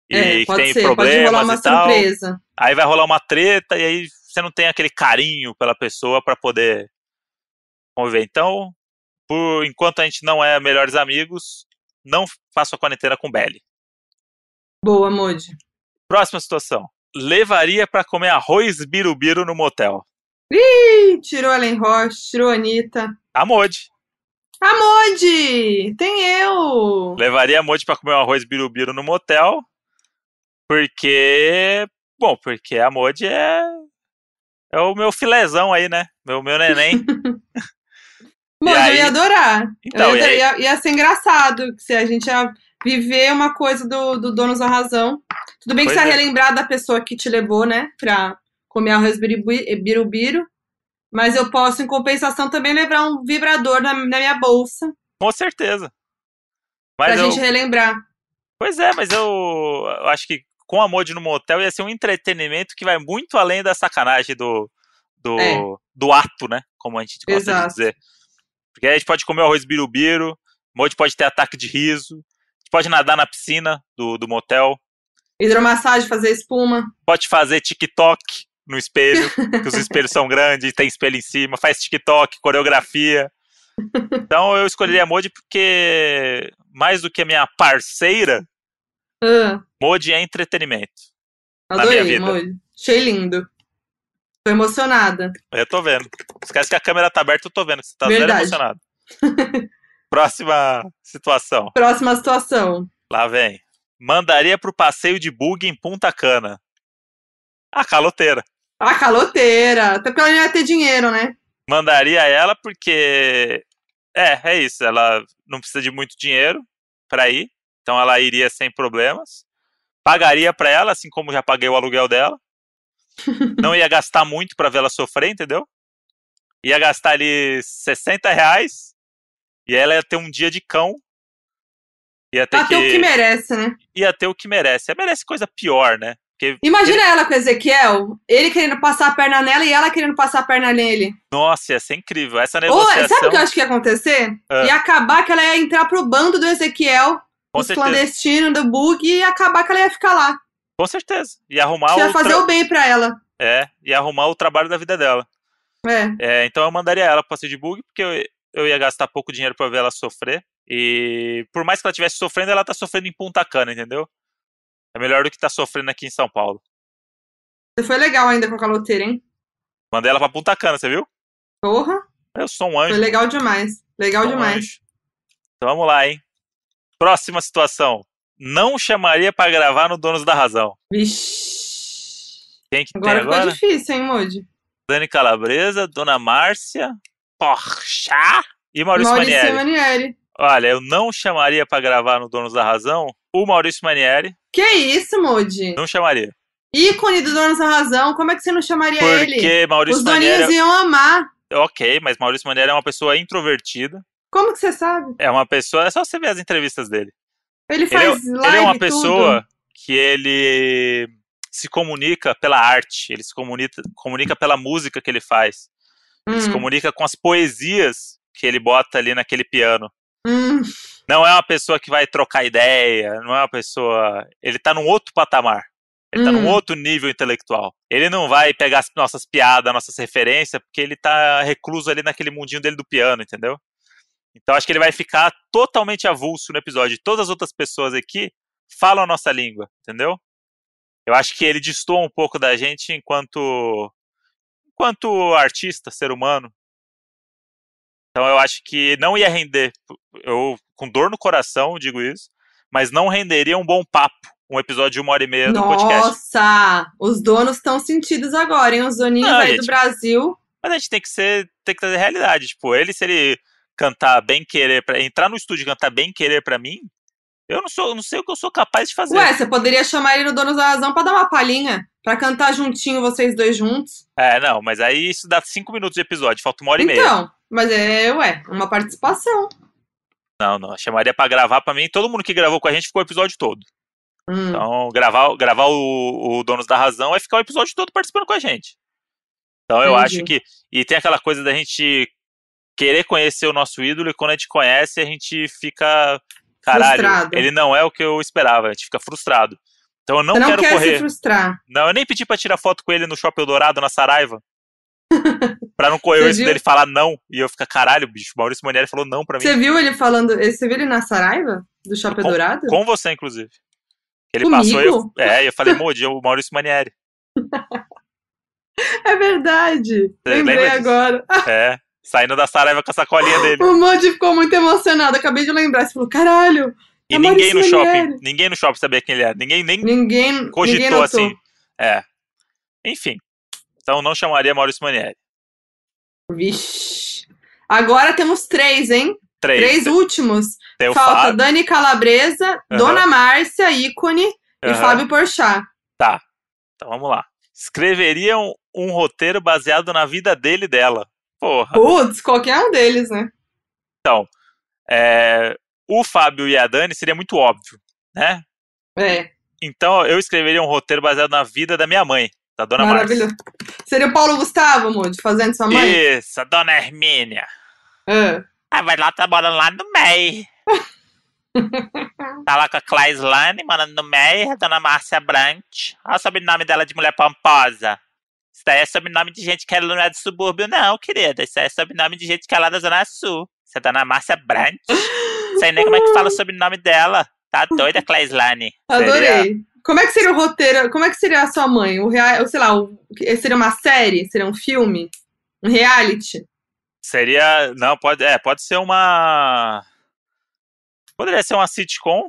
[SPEAKER 1] e
[SPEAKER 2] é,
[SPEAKER 1] que
[SPEAKER 2] pode
[SPEAKER 1] tem
[SPEAKER 2] ser. pode rolar
[SPEAKER 1] problemas
[SPEAKER 2] uma
[SPEAKER 1] e tal.
[SPEAKER 2] surpresa.
[SPEAKER 1] Aí vai rolar uma treta e aí você não tem aquele carinho pela pessoa pra poder conviver. Então, por enquanto a gente não é melhores amigos, não faço a quarentena com Belly.
[SPEAKER 2] Boa, Moji.
[SPEAKER 1] Próxima situação. Levaria pra comer arroz birubiru no motel.
[SPEAKER 2] Ih, tirou Ellen Roche, tirou a Anitta.
[SPEAKER 1] A Modi.
[SPEAKER 2] Moji, tem eu.
[SPEAKER 1] Levaria a Modi pra comer um arroz birubiru no motel. Porque. Bom, porque a Modi é. É o meu filezão aí, né? Meu, meu neném.
[SPEAKER 2] Moji,
[SPEAKER 1] E
[SPEAKER 2] eu
[SPEAKER 1] aí?
[SPEAKER 2] ia adorar.
[SPEAKER 1] Então,
[SPEAKER 2] eu
[SPEAKER 1] e
[SPEAKER 2] ia,
[SPEAKER 1] aí?
[SPEAKER 2] ia- ia ser engraçado se a gente ia viver uma coisa do, do Donos da Razão. Tudo bem que
[SPEAKER 1] Pois
[SPEAKER 2] você ia
[SPEAKER 1] é.
[SPEAKER 2] relembrar da pessoa que te levou, né? Pra comer arroz biribu- birubiru. Mas eu posso, em compensação, também levar um vibrador na, na minha bolsa.
[SPEAKER 1] Com certeza.
[SPEAKER 2] Pra
[SPEAKER 1] Mas eu,
[SPEAKER 2] gente relembrar.
[SPEAKER 1] Pois é, mas eu, eu acho que com a Modi no motel ia ser um entretenimento que vai muito além da sacanagem do, do,
[SPEAKER 2] É.
[SPEAKER 1] do ato, né? Como a gente gosta
[SPEAKER 2] Exato.
[SPEAKER 1] de dizer. Porque aí a gente pode comer o arroz birubiru, Modi pode ter ataque de riso, a gente pode nadar na piscina do, do motel,
[SPEAKER 2] Hidromassagem, fazer espuma.
[SPEAKER 1] pode fazer TikTok no espelho, que os espelhos são grandes, tem espelho em cima, faz TikTok, coreografia. Então eu escolheria a Modi porque, mais do que a minha parceira,
[SPEAKER 2] Ah,
[SPEAKER 1] Modi é entretenimento. Na minha
[SPEAKER 2] adorei,
[SPEAKER 1] vida.
[SPEAKER 2] Moji. Achei lindo. Tô emocionada.
[SPEAKER 1] Eu tô vendo. Esquece que a câmera tá aberta, eu tô vendo. que Você tá zero
[SPEAKER 2] Verdade.
[SPEAKER 1] emocionado. Próxima situação.
[SPEAKER 2] Próxima situação.
[SPEAKER 1] Lá vem. Mandaria pro passeio de bug em Punta Cana. A caloteira.
[SPEAKER 2] A Ah, caloteira. Até porque ela não ia ter dinheiro, né?
[SPEAKER 1] Mandaria ela porque. É, é isso. Ela não precisa de muito dinheiro pra ir. Então ela iria sem problemas. Pagaria pra ela, assim como já paguei o aluguel dela. Não ia gastar muito pra vê-la sofrer, entendeu? Ia gastar ali 60 reais. E ela ia ter um dia de cão Ia ter,
[SPEAKER 2] Bateu Tá, o que
[SPEAKER 1] que,
[SPEAKER 2] merece, né?
[SPEAKER 1] ia ter o que merece. Merece coisa pior, né? Porque,
[SPEAKER 2] Imagina ela com o Ezequiel, ele querendo passar a perna nela e ela querendo passar a perna nele.
[SPEAKER 1] nossa, ia ser incrível. Essa
[SPEAKER 2] Ou,
[SPEAKER 1] negociação,
[SPEAKER 2] é, sabe o que eu acho que ia acontecer?
[SPEAKER 1] Ah.
[SPEAKER 2] Ia acabar que ela ia entrar pro bando do Ezequiel,
[SPEAKER 1] com,
[SPEAKER 2] os
[SPEAKER 1] certeza,
[SPEAKER 2] clandestinos do bug, e ia acabar que ela ia ficar lá.
[SPEAKER 1] com certeza. Ia arrumar,
[SPEAKER 2] Isso ia
[SPEAKER 1] o tra-
[SPEAKER 2] fazer o bem pra ela.
[SPEAKER 1] é, ia arrumar o trabalho da vida dela.
[SPEAKER 2] É.
[SPEAKER 1] É, então eu mandaria ela pra ser de bug, porque eu, eu ia gastar pouco dinheiro pra ver ela sofrer. E por mais que ela estivesse sofrendo, ela tá sofrendo em Punta Cana, entendeu? É melhor do que tá sofrendo aqui em São Paulo.
[SPEAKER 2] Você foi legal ainda com a caloteira, hein?
[SPEAKER 1] Mandei ela pra Punta Cana, você viu?
[SPEAKER 2] Porra,
[SPEAKER 1] Eu sou um anjo.
[SPEAKER 2] foi legal demais. Legal
[SPEAKER 1] Então,
[SPEAKER 2] demais.
[SPEAKER 1] anjo. Então vamos lá, hein? Próxima situação. Não chamaria pra gravar no Donos da Razão.
[SPEAKER 2] Vixe.
[SPEAKER 1] Quem que
[SPEAKER 2] Agora
[SPEAKER 1] tem
[SPEAKER 2] ficou
[SPEAKER 1] agora?
[SPEAKER 2] difícil, hein, Moody?
[SPEAKER 1] Dani Calabresa, Dona Márcia, Porchá e Maurício, Manieri.
[SPEAKER 2] Manieri.
[SPEAKER 1] Olha, eu não chamaria pra gravar no Donos da Razão o Maurício Manieri.
[SPEAKER 2] Que isso, Moody?
[SPEAKER 1] Não chamaria.
[SPEAKER 2] Ícone do Donos da Razão, como é que você não chamaria ele?
[SPEAKER 1] Porque Maurício
[SPEAKER 2] Os doninhos
[SPEAKER 1] Manieri. é-
[SPEAKER 2] iam amar.
[SPEAKER 1] Ok, mas Maurício Manieri é uma pessoa introvertida.
[SPEAKER 2] Como que você sabe?
[SPEAKER 1] É uma pessoa. É só você ver as entrevistas dele.
[SPEAKER 2] Ele
[SPEAKER 1] Ele é-
[SPEAKER 2] faz live
[SPEAKER 1] ele é uma
[SPEAKER 2] e
[SPEAKER 1] pessoa que ele se comunica pela arte, ele se comunica, comunica pela música que ele faz,
[SPEAKER 2] tudo.
[SPEAKER 1] ele se
[SPEAKER 2] Hum,
[SPEAKER 1] comunica com as poesias que ele bota ali naquele piano.
[SPEAKER 2] hum.
[SPEAKER 1] Não é uma pessoa que vai trocar ideia, não é uma pessoa. Ele tá num outro patamar. Ele tá num
[SPEAKER 2] Hum.
[SPEAKER 1] outro nível intelectual. Ele não vai pegar as nossas piadas, nossas referências, porque ele tá recluso ali naquele mundinho dele do piano, entendeu? Então acho que ele vai ficar totalmente avulso no episódio. Todas as outras pessoas aqui falam a nossa língua, entendeu? Eu acho que ele destoa um pouco da gente enquanto enquanto artista, ser humano. Então eu acho que não ia render, eu com dor no coração digo isso, mas não renderia um bom papo, um episódio de uma hora e meia do podcast.
[SPEAKER 2] Nossa, os donos estão sentidos agora, hein? Os doninhos
[SPEAKER 1] Não,
[SPEAKER 2] aí do
[SPEAKER 1] gente.
[SPEAKER 2] Brasil.
[SPEAKER 1] Mas a gente tem que ser, tem que trazer realidade. Tipo, ele, se ele cantar bem querer, pra, entrar no estúdio e cantar bem querer pra mim, eu não sou, não sei o que eu sou capaz de fazer.
[SPEAKER 2] Ué, você poderia chamar ele no Donos da Razão pra dar uma palhinha, pra cantar juntinho vocês dois juntos.
[SPEAKER 1] É, não, mas aí isso dá cinco minutos de episódio, falta uma hora e meia.
[SPEAKER 2] Então, mas é, ué, uma participação.
[SPEAKER 1] Não, não, chamaria pra gravar pra mim. Todo mundo que gravou com a gente ficou o episódio todo.
[SPEAKER 2] Hum.
[SPEAKER 1] Então, gravar, gravar o, o Donos da Razão é ficar o episódio todo participando com a gente. Então, eu
[SPEAKER 2] Entendi.
[SPEAKER 1] acho que. E tem aquela coisa da gente querer conhecer o nosso ídolo e quando a gente conhece, a gente fica. Caralho,
[SPEAKER 2] Frustrado.
[SPEAKER 1] ele não é o que eu esperava, a gente fica frustrado. Então, eu não
[SPEAKER 2] você não
[SPEAKER 1] quero
[SPEAKER 2] quer se
[SPEAKER 1] correr.
[SPEAKER 2] frustrar.
[SPEAKER 1] Não, eu nem pedi pra tirar foto com ele no Shopping Dourado, na Saraiva. pra não correr o
[SPEAKER 2] Você
[SPEAKER 1] risco
[SPEAKER 2] viu?
[SPEAKER 1] dele falar não. E eu ficar, caralho, bicho, Maurício Manieri falou não pra mim.
[SPEAKER 2] Você viu ele falando. Você viu ele na Saraiva? Do Shopping
[SPEAKER 1] Com-
[SPEAKER 2] Dourado?
[SPEAKER 1] Com você, inclusive. Ele
[SPEAKER 2] Comigo?
[SPEAKER 1] passou e eu, é, eu falei, Modi, é o Maurício Manieri.
[SPEAKER 2] É verdade.
[SPEAKER 1] Você
[SPEAKER 2] Lembrei
[SPEAKER 1] lembra disso?
[SPEAKER 2] agora.
[SPEAKER 1] É, saindo da Saraiva com a sacolinha dele.
[SPEAKER 2] O Moody ficou muito emocionado. Acabei de lembrar. Você falou, caralho,
[SPEAKER 1] E
[SPEAKER 2] É
[SPEAKER 1] ninguém no
[SPEAKER 2] Maurício
[SPEAKER 1] shopping,
[SPEAKER 2] Manieri.
[SPEAKER 1] ninguém no shopping sabia quem ele era. Ninguém nem
[SPEAKER 2] ninguém.
[SPEAKER 1] cogitou
[SPEAKER 2] ninguém notou.
[SPEAKER 1] assim. É. Enfim. Então não chamaria Maurício Manieri.
[SPEAKER 2] Vixe. Agora temos três, hein?
[SPEAKER 1] Três.
[SPEAKER 2] Três últimos.
[SPEAKER 1] Tem o
[SPEAKER 2] Falta
[SPEAKER 1] Fábio.
[SPEAKER 2] Dani Calabresa,
[SPEAKER 1] Aham.
[SPEAKER 2] Dona Márcia, ícone, e
[SPEAKER 1] Aham.
[SPEAKER 2] Fábio Porchat.
[SPEAKER 1] Tá. Então vamos lá. Escreveriam um roteiro baseado na vida dele e dela. Porra.
[SPEAKER 2] Putz, qualquer um deles, né?
[SPEAKER 1] É, o Fábio e a Dani seria muito óbvio, né?
[SPEAKER 2] É,
[SPEAKER 1] Então eu escreveria um roteiro baseado na vida da minha mãe, da dona Márcia.
[SPEAKER 2] maravilhoso. Seria o Paulo Gustavo, Moody, fazendo sua mãe?
[SPEAKER 1] Isso, a dona Hermínia.
[SPEAKER 2] É.
[SPEAKER 1] Ah, vai lá, tá morando lá no MEI. tá lá com a Claislane, morando no MEI, a dona Márcia Brant. Olha o sobrenome dela de mulher pomposa. Isso daí é sobrenome de gente que ela não é do subúrbio, não, querida. Isso aí é sobrenome de gente que é lá da Zona Sul. Isso é dona Márcia Brant. Sei nem como é que fala o sobrenome dela. Tá doida, Claislane. Seria-
[SPEAKER 2] Adorei. Como é que seria o roteiro? Como é que seria a sua mãe? O real, sei lá, o- seria uma série? Seria um filme? Um reality?
[SPEAKER 1] Seria. Não, pode. É, pode ser uma. Poderia ser uma sitcom.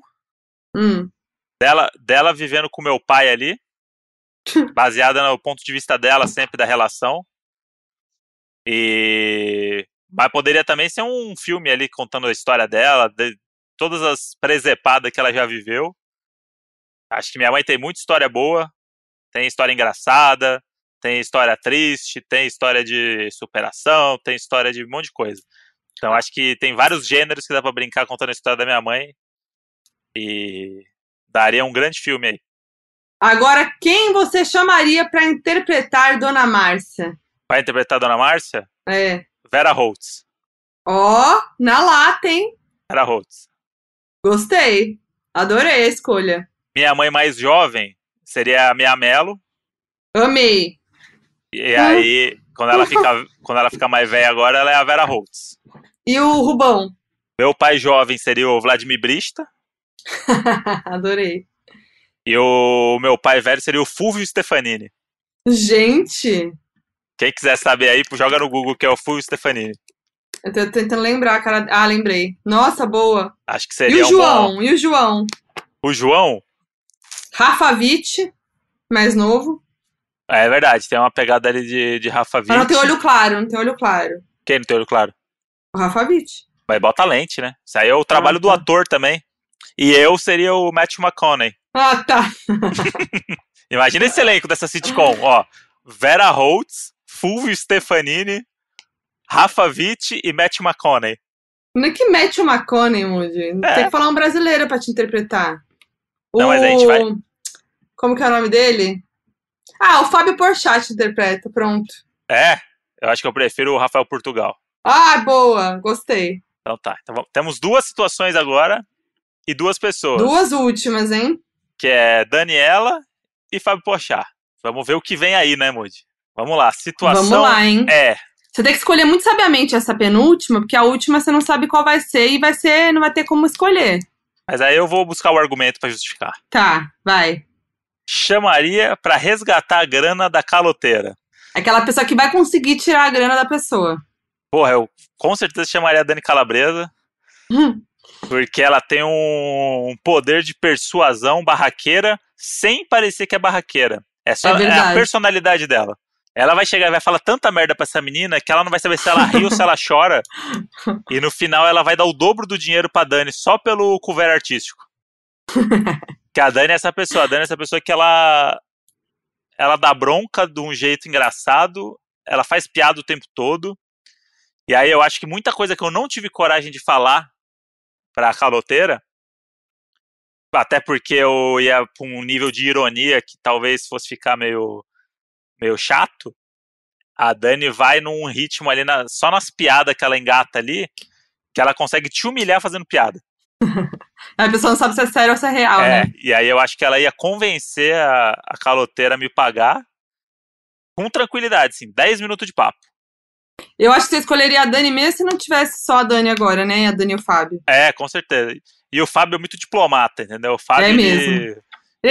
[SPEAKER 2] Hum.
[SPEAKER 1] dela, dela vivendo com meu pai ali, baseada no ponto de vista dela sempre da relação. E mas poderia também ser um filme ali contando a história dela, de- todas as presepadas que ela já viveu. Acho que minha mãe tem muita história boa, tem história engraçada, tem história triste, tem história de superação, tem história de um monte de coisa. Então acho que tem vários gêneros que dá pra brincar contando a história da minha mãe. E daria um grande filme aí.
[SPEAKER 2] Agora, quem você chamaria pra interpretar Dona Márcia?
[SPEAKER 1] Vai interpretar a Dona Márcia?
[SPEAKER 2] É.
[SPEAKER 1] Vera Holtz.
[SPEAKER 2] Ó, na lata, hein?
[SPEAKER 1] Vera Holtz.
[SPEAKER 2] Gostei. Adorei a escolha.
[SPEAKER 1] Minha mãe mais jovem seria a Mia Mello.
[SPEAKER 2] Amei.
[SPEAKER 1] E
[SPEAKER 2] Ah.
[SPEAKER 1] aí, quando ela fica, quando ela fica mais velha agora, ela é a Vera Holtz.
[SPEAKER 2] E o Rubão?
[SPEAKER 1] Meu pai jovem seria o Vladimir Brista.
[SPEAKER 2] Adorei.
[SPEAKER 1] E o meu pai velho seria o Fulvio Stefanini.
[SPEAKER 2] Gente,
[SPEAKER 1] Quem quiser saber aí, joga no Google que é o Fulvio Stefanini.
[SPEAKER 2] eu tô tentando lembrar a cara. Ah, lembrei. Nossa, boa.
[SPEAKER 1] Acho que
[SPEAKER 2] E
[SPEAKER 1] seria
[SPEAKER 2] o
[SPEAKER 1] um
[SPEAKER 2] João?
[SPEAKER 1] bom.
[SPEAKER 2] E o João?
[SPEAKER 1] O João?
[SPEAKER 2] Rafa Witt, mais novo.
[SPEAKER 1] É verdade, tem uma pegada ali de, de Rafa Witt.
[SPEAKER 2] Mas não tem olho claro, não tem olho claro.
[SPEAKER 1] Quem não tem olho claro?
[SPEAKER 2] O Rafa Witt.
[SPEAKER 1] Mas bota lente, né? Isso aí é o trabalho do
[SPEAKER 2] tá.
[SPEAKER 1] ator também. E eu seria o Matthew McConaughey.
[SPEAKER 2] Ah, tá.
[SPEAKER 1] Imagina esse elenco dessa sitcom, ó. Vera Holtz, Fulvio Stefanini, Rafa Witt e Matthew McConaughey.
[SPEAKER 2] Não é que mete uma McConaughey, Moody.
[SPEAKER 1] É.
[SPEAKER 2] Tem que falar um brasileiro pra te interpretar.
[SPEAKER 1] Não, mas a gente vai-
[SPEAKER 2] Como que é o nome dele? Ah, o Fábio Porchat te interpreta, pronto.
[SPEAKER 1] É, eu acho que eu prefiro o Rafael Portugal.
[SPEAKER 2] Ah, boa, gostei.
[SPEAKER 1] Então tá. Então, vamos- temos duas situações agora e duas pessoas,
[SPEAKER 2] Duas últimas, hein?
[SPEAKER 1] que é Daniela e Fábio Pochá. Vamos ver o que vem aí, né, Moody? Vamos lá. Situação
[SPEAKER 2] Vamos lá, hein?
[SPEAKER 1] é
[SPEAKER 2] Você tem que escolher muito sabiamente essa penúltima, porque a última você não sabe qual vai ser e vai ser, não vai ter como escolher.
[SPEAKER 1] Mas aí eu vou buscar o argumento pra justificar.
[SPEAKER 2] Tá, vai.
[SPEAKER 1] Chamaria pra resgatar a grana da caloteira.
[SPEAKER 2] Aquela pessoa que vai conseguir tirar a grana da pessoa.
[SPEAKER 1] Porra, eu com certeza chamaria a Dani Calabresa,
[SPEAKER 2] Hum,
[SPEAKER 1] porque ela tem um poder de persuasão barraqueira sem parecer que é barraqueira. É só
[SPEAKER 2] É
[SPEAKER 1] é a
[SPEAKER 2] verdade.
[SPEAKER 1] personalidade dela. Ela vai chegar e vai falar tanta merda pra essa menina que ela não vai saber se ela ri ou se ela chora. E no final ela vai dar o dobro do dinheiro pra Dani só pelo cover artístico. que a Dani é essa pessoa. A Dani é essa pessoa que ela. Ela dá bronca de um jeito engraçado. Ela faz piada o tempo todo. E aí eu acho que muita coisa que eu não tive coragem de falar pra caloteira. Até porque eu ia pra um nível de ironia que talvez fosse ficar meio, meio chato. A Dani vai num ritmo ali, na- só nas piadas que ela engata ali, que ela consegue te humilhar fazendo piada.
[SPEAKER 2] a pessoa não sabe se é sério ou se é real,
[SPEAKER 1] É,
[SPEAKER 2] né?
[SPEAKER 1] e aí eu acho que ela ia convencer a, a caloteira a me pagar com tranquilidade, assim, 10 minutos de papo.
[SPEAKER 2] Eu acho que você escolheria a Dani mesmo se não tivesse só a Dani agora, né? A Dani e o Fábio.
[SPEAKER 1] É, com certeza. E o Fábio é muito diplomata, entendeu? O Fábio,
[SPEAKER 2] É
[SPEAKER 1] ele-
[SPEAKER 2] mesmo.
[SPEAKER 1] Ele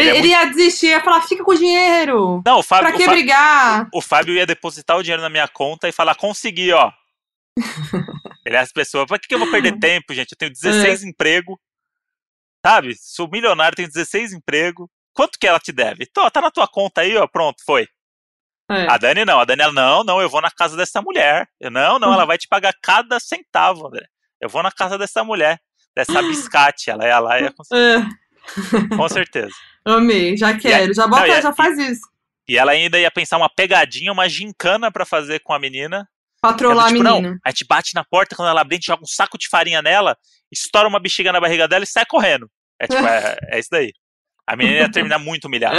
[SPEAKER 2] Ele,
[SPEAKER 1] é
[SPEAKER 2] ele ia desistir, ia falar, fica com o dinheiro.
[SPEAKER 1] Não, o Fábio,
[SPEAKER 2] pra que
[SPEAKER 1] o, Fá-
[SPEAKER 2] brigar?
[SPEAKER 1] o Fábio ia depositar o dinheiro na minha conta e falar, consegui, ó. Ele é as pessoas, pra que que eu vou perder tempo, gente? Eu tenho 16 empregos, sabe? Sou milionário, tenho 16 empregos. Quanto que ela te deve? Tô, tá na tua conta aí, ó, pronto, foi.
[SPEAKER 2] É.
[SPEAKER 1] A Dani não, a Dani, ela, não, não, eu vou na casa dessa mulher. Eu, não, não, ela vai te pagar cada centavo, André. Eu vou na casa dessa mulher, dessa biscate, ela é lá, é, com,
[SPEAKER 2] É,
[SPEAKER 1] com certeza.
[SPEAKER 2] amei, já quero. Já
[SPEAKER 1] Não,
[SPEAKER 2] bota,
[SPEAKER 1] e a-
[SPEAKER 2] já faz isso.
[SPEAKER 1] E ela ainda ia pensar uma pegadinha, uma gincana pra fazer com a menina. Ela,
[SPEAKER 2] Patrolar a
[SPEAKER 1] tipo,
[SPEAKER 2] menina.
[SPEAKER 1] Não, a gente bate na porta, quando ela abrir, a gente joga um saco de farinha nela, estoura uma bexiga na barriga dela e sai correndo. É tipo, é, é isso daí. A menina ia terminar muito humilhada.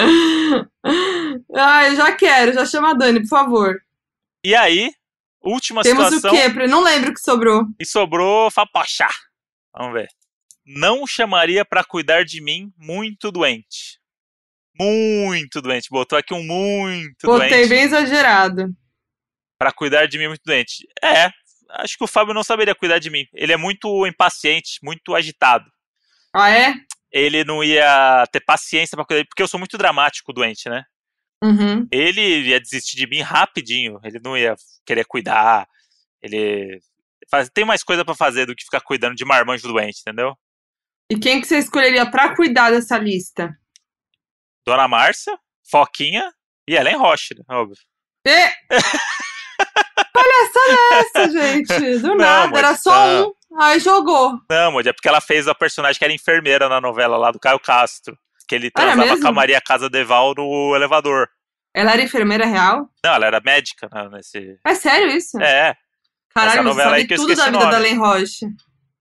[SPEAKER 2] Ai, já quero, já chama a Dani, por favor.
[SPEAKER 1] E aí, última
[SPEAKER 2] Temos
[SPEAKER 1] situação,
[SPEAKER 2] o quê? Pra- Não lembro o que sobrou.
[SPEAKER 1] e sobrou Fapochá. Vamos ver. Não chamaria pra cuidar de mim muito doente. Muito doente. Botou aqui um muito
[SPEAKER 2] Botei
[SPEAKER 1] doente.
[SPEAKER 2] bem exagerado.
[SPEAKER 1] Pra cuidar de mim muito doente. É, acho que o Fábio não saberia cuidar de mim. Ele é muito impaciente, muito agitado.
[SPEAKER 2] Ah, é?
[SPEAKER 1] ele não ia ter paciência pra cuidar, porque eu sou muito dramático doente, né?
[SPEAKER 2] Uhum.
[SPEAKER 1] Ele ia desistir de mim rapidinho, ele não ia querer cuidar, ele faz- tem mais coisa pra fazer do que ficar cuidando de marmanjo doente, entendeu?
[SPEAKER 2] E quem que você escolheria pra cuidar dessa lista?
[SPEAKER 1] Dona Márcia, Foquinha e Ellen Roche, né? óbvio.
[SPEAKER 2] E... Palhaçada é essa, gente? Do
[SPEAKER 1] Não,
[SPEAKER 2] nada,
[SPEAKER 1] mas
[SPEAKER 2] era só
[SPEAKER 1] tá.
[SPEAKER 2] um. Aí jogou.
[SPEAKER 1] Não, Moody, é porque ela fez a personagem que era enfermeira na novela lá do Caio Castro, que ele
[SPEAKER 2] Ah, era
[SPEAKER 1] transava
[SPEAKER 2] mesmo?
[SPEAKER 1] com a Maria Casa Deval no elevador.
[SPEAKER 2] Ela era enfermeira real?
[SPEAKER 1] Não, ela era médica né, nesse...
[SPEAKER 2] É sério isso?
[SPEAKER 1] É,
[SPEAKER 2] Caralho,
[SPEAKER 1] essa
[SPEAKER 2] você
[SPEAKER 1] novela aí
[SPEAKER 2] sabe
[SPEAKER 1] que eu
[SPEAKER 2] tudo da
[SPEAKER 1] esqueci o
[SPEAKER 2] vida da
[SPEAKER 1] nome.
[SPEAKER 2] Len Roche.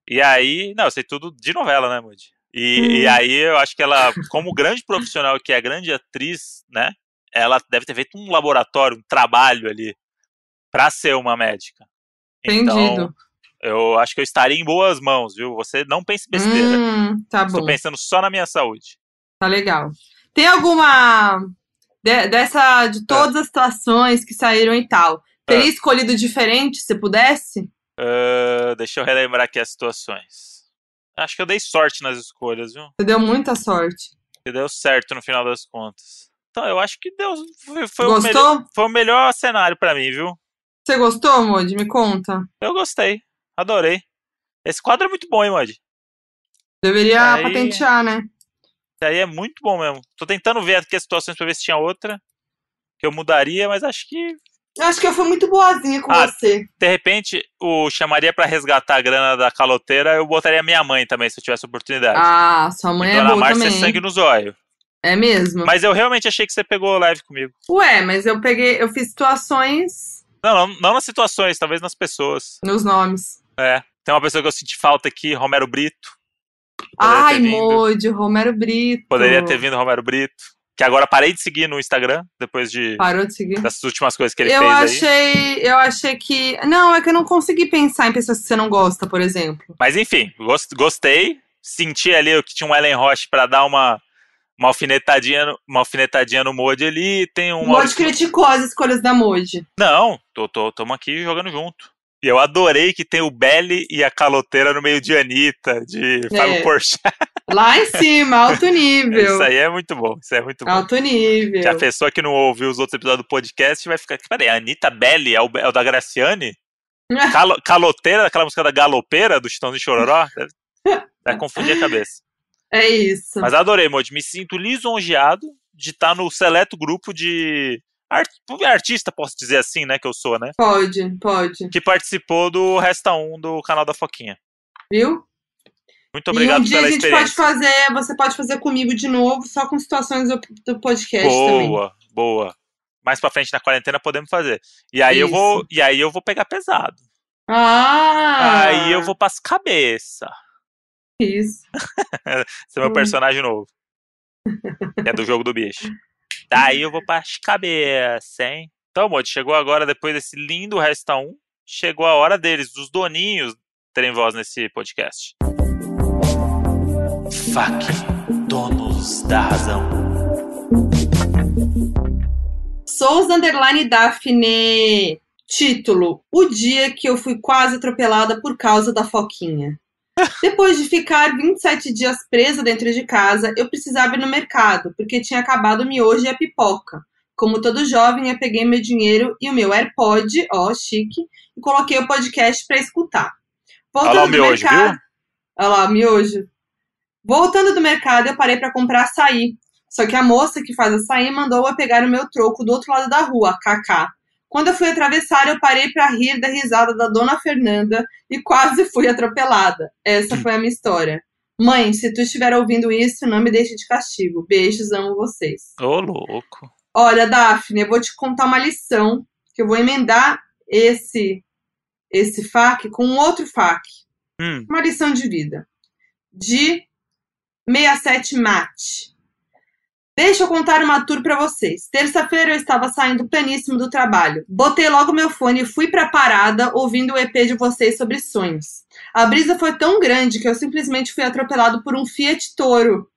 [SPEAKER 1] E aí, não, eu sei tudo de novela, né, Moody? E,
[SPEAKER 2] Hum.
[SPEAKER 1] e aí eu acho que ela, como grande profissional que é grande atriz, né? Ela deve ter feito um laboratório, um trabalho ali pra ser uma médica. Então,
[SPEAKER 2] Entendido.
[SPEAKER 1] eu acho que eu estaria em boas mãos, viu? Você não pense besteira.
[SPEAKER 2] Hum, tá
[SPEAKER 1] Estou
[SPEAKER 2] bom,
[SPEAKER 1] pensando só na minha saúde.
[SPEAKER 2] tá legal. Tem alguma de- dessa
[SPEAKER 1] É.
[SPEAKER 2] de todas as situações que saíram e tal? Teria escolhido diferente se pudesse?
[SPEAKER 1] Ah, deixa eu relembrar aqui as situações. Acho que eu dei sorte nas escolhas, viu?
[SPEAKER 2] Você deu muita sorte.
[SPEAKER 1] Que deu certo no final das contas. Então, eu acho que deu, foi, foi o, melhor,
[SPEAKER 2] Gostou?
[SPEAKER 1] foi o melhor cenário pra mim, viu?
[SPEAKER 2] Você gostou, Modi? Me conta.
[SPEAKER 1] Eu gostei. Adorei. Esse quadro é muito bom, hein, Mod?
[SPEAKER 2] Deveria
[SPEAKER 1] Aí-
[SPEAKER 2] patentear, né?
[SPEAKER 1] Esse aí é muito bom mesmo. Tô tentando ver aqui as situações pra ver se tinha outra que eu mudaria, mas acho que,
[SPEAKER 2] Eu acho que eu fui muito boazinha com
[SPEAKER 1] Ah,
[SPEAKER 2] você.
[SPEAKER 1] de repente, o chamaria pra resgatar a grana da caloteira, eu botaria minha mãe também, se eu tivesse oportunidade.
[SPEAKER 2] Ah, sua mãe é
[SPEAKER 1] Dona
[SPEAKER 2] boa
[SPEAKER 1] Márcia
[SPEAKER 2] também.
[SPEAKER 1] é
[SPEAKER 2] hein?
[SPEAKER 1] sangue nos olhos.
[SPEAKER 2] É mesmo.
[SPEAKER 1] Mas eu realmente achei que você pegou leve comigo.
[SPEAKER 2] Ué, mas eu peguei, eu fiz situações
[SPEAKER 1] Não, não, não nas situações, talvez nas pessoas.
[SPEAKER 2] nos nomes.
[SPEAKER 1] É. Tem uma pessoa que eu senti falta aqui, Romero Brito. Poderia
[SPEAKER 2] Ai,
[SPEAKER 1] ter vindo.
[SPEAKER 2] Modi, Romero Brito.
[SPEAKER 1] Poderia ter vindo Romero Brito. Que agora parei de seguir no Instagram, depois de
[SPEAKER 2] Parou de seguir.
[SPEAKER 1] dessas últimas coisas que ele
[SPEAKER 2] eu
[SPEAKER 1] fez aí.
[SPEAKER 2] achei, eu achei que, não, é que eu não consegui pensar em pessoas que você não gosta, por exemplo.
[SPEAKER 1] Mas enfim, gos- gostei. Senti ali que tinha um Ellen Roche pra dar uma, uma alfinetadinha, no- uma alfinetadinha no Modi ali. Tem um
[SPEAKER 2] O Modi criticou as escolhas da Modi.
[SPEAKER 1] Não, tô, tô, tamo aqui jogando junto. E eu adorei que tem o Belly e a caloteira no meio de Anitta, de Fábio Porchat.
[SPEAKER 2] Lá em cima, alto nível.
[SPEAKER 1] Isso aí é muito bom, isso é muito bom.
[SPEAKER 2] Alto nível.
[SPEAKER 1] Que a pessoa que não ouviu os outros episódios do podcast vai ficar. Peraí, a Anitta Belli é o, é o da Graciane? Calo- caloteira, aquela música da galopeira do Chitão de Chororó? Deve- Vai confundir a cabeça.
[SPEAKER 2] É isso.
[SPEAKER 1] Mas adorei, Moji. Me sinto lisonjeado de estar no seleto grupo de art- artista, posso dizer assim, né? Que eu sou, né?
[SPEAKER 2] Pode, pode.
[SPEAKER 1] Que participou do Resta 1 do canal da Foquinha.
[SPEAKER 2] Viu?
[SPEAKER 1] Muito obrigado
[SPEAKER 2] e um dia
[SPEAKER 1] pela
[SPEAKER 2] a gente pode
[SPEAKER 1] experiência.
[SPEAKER 2] fazer, você pode fazer comigo de novo, só com situações do, do podcast também.
[SPEAKER 1] Boa, boa. Mais pra frente na quarentena podemos fazer. E aí eu vou, e aí eu vou pegar pesado.
[SPEAKER 2] Ah!
[SPEAKER 1] Aí eu vou pras cabeça.
[SPEAKER 2] Isso.
[SPEAKER 1] Esse é meu
[SPEAKER 2] Hum.
[SPEAKER 1] personagem novo. É do jogo do bicho. Tá Aí eu vou pras cabeça, hein? Então, Mote, chegou agora, depois desse lindo Resta 1, chegou a hora deles, dos doninhos, terem voz nesse podcast. Fuck, donos da razão.
[SPEAKER 2] Souza Underline Daphne. Título: O dia que eu fui quase atropelada por causa da foquinha. Depois de ficar 27 dias presa dentro de casa, eu precisava ir no mercado, porque tinha acabado o miojo e a pipoca. Como todo jovem, eu peguei meu dinheiro e o meu AirPod, ó, chique, e coloquei o podcast pra escutar.
[SPEAKER 1] Olha lá o miojo, viu?
[SPEAKER 2] Olha lá, miojo. Voltando do mercado, eu parei pra comprar açaí, só que a moça que faz açaí mandou eu pegar o meu troco do outro lado da rua, Kaká. Quando eu fui atravessar, eu parei pra rir da risada da dona Fernanda e quase fui atropelada. Essa foi a minha história. Mãe, se tu estiver ouvindo isso, não me deixe de castigo. Beijos, amo vocês.
[SPEAKER 1] Ô, louco.
[SPEAKER 2] Olha, Daphne, eu vou te contar uma lição que eu vou emendar esse esse fac com outro fac.
[SPEAKER 1] Hum,
[SPEAKER 2] Uma lição de vida. De 67 Mate. Deixa eu contar uma tour pra vocês. Terça-feira eu estava saindo pleníssimo do trabalho. Botei logo meu fone e fui pra parada ouvindo o EP de vocês sobre sonhos. A brisa foi tão grande que eu simplesmente fui atropelado por um Fiat Toro.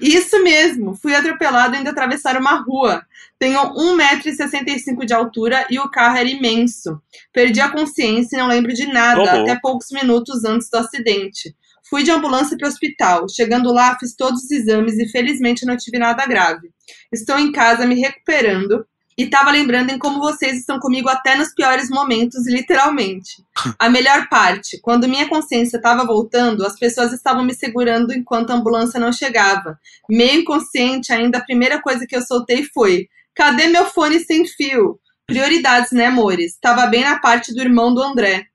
[SPEAKER 2] Isso mesmo, fui atropelado indo atravessar uma rua. Tenho 1,65m de altura e o carro era imenso. Perdi a consciência e não lembro de nada
[SPEAKER 1] Ô, louco.
[SPEAKER 2] até poucos minutos antes do acidente. Fui de ambulância para o hospital. Chegando lá, fiz todos os exames e felizmente não tive nada grave. Estou em casa me recuperando e estava lembrando em como vocês estão comigo até nos piores momentos, literalmente. A melhor parte, quando minha consciência estava voltando, as pessoas estavam me segurando enquanto a ambulância não chegava. Meio inconsciente ainda, a primeira coisa que eu soltei foi: Cadê meu fone sem fio? Prioridades, né, amores? Estava bem na parte do irmão do André.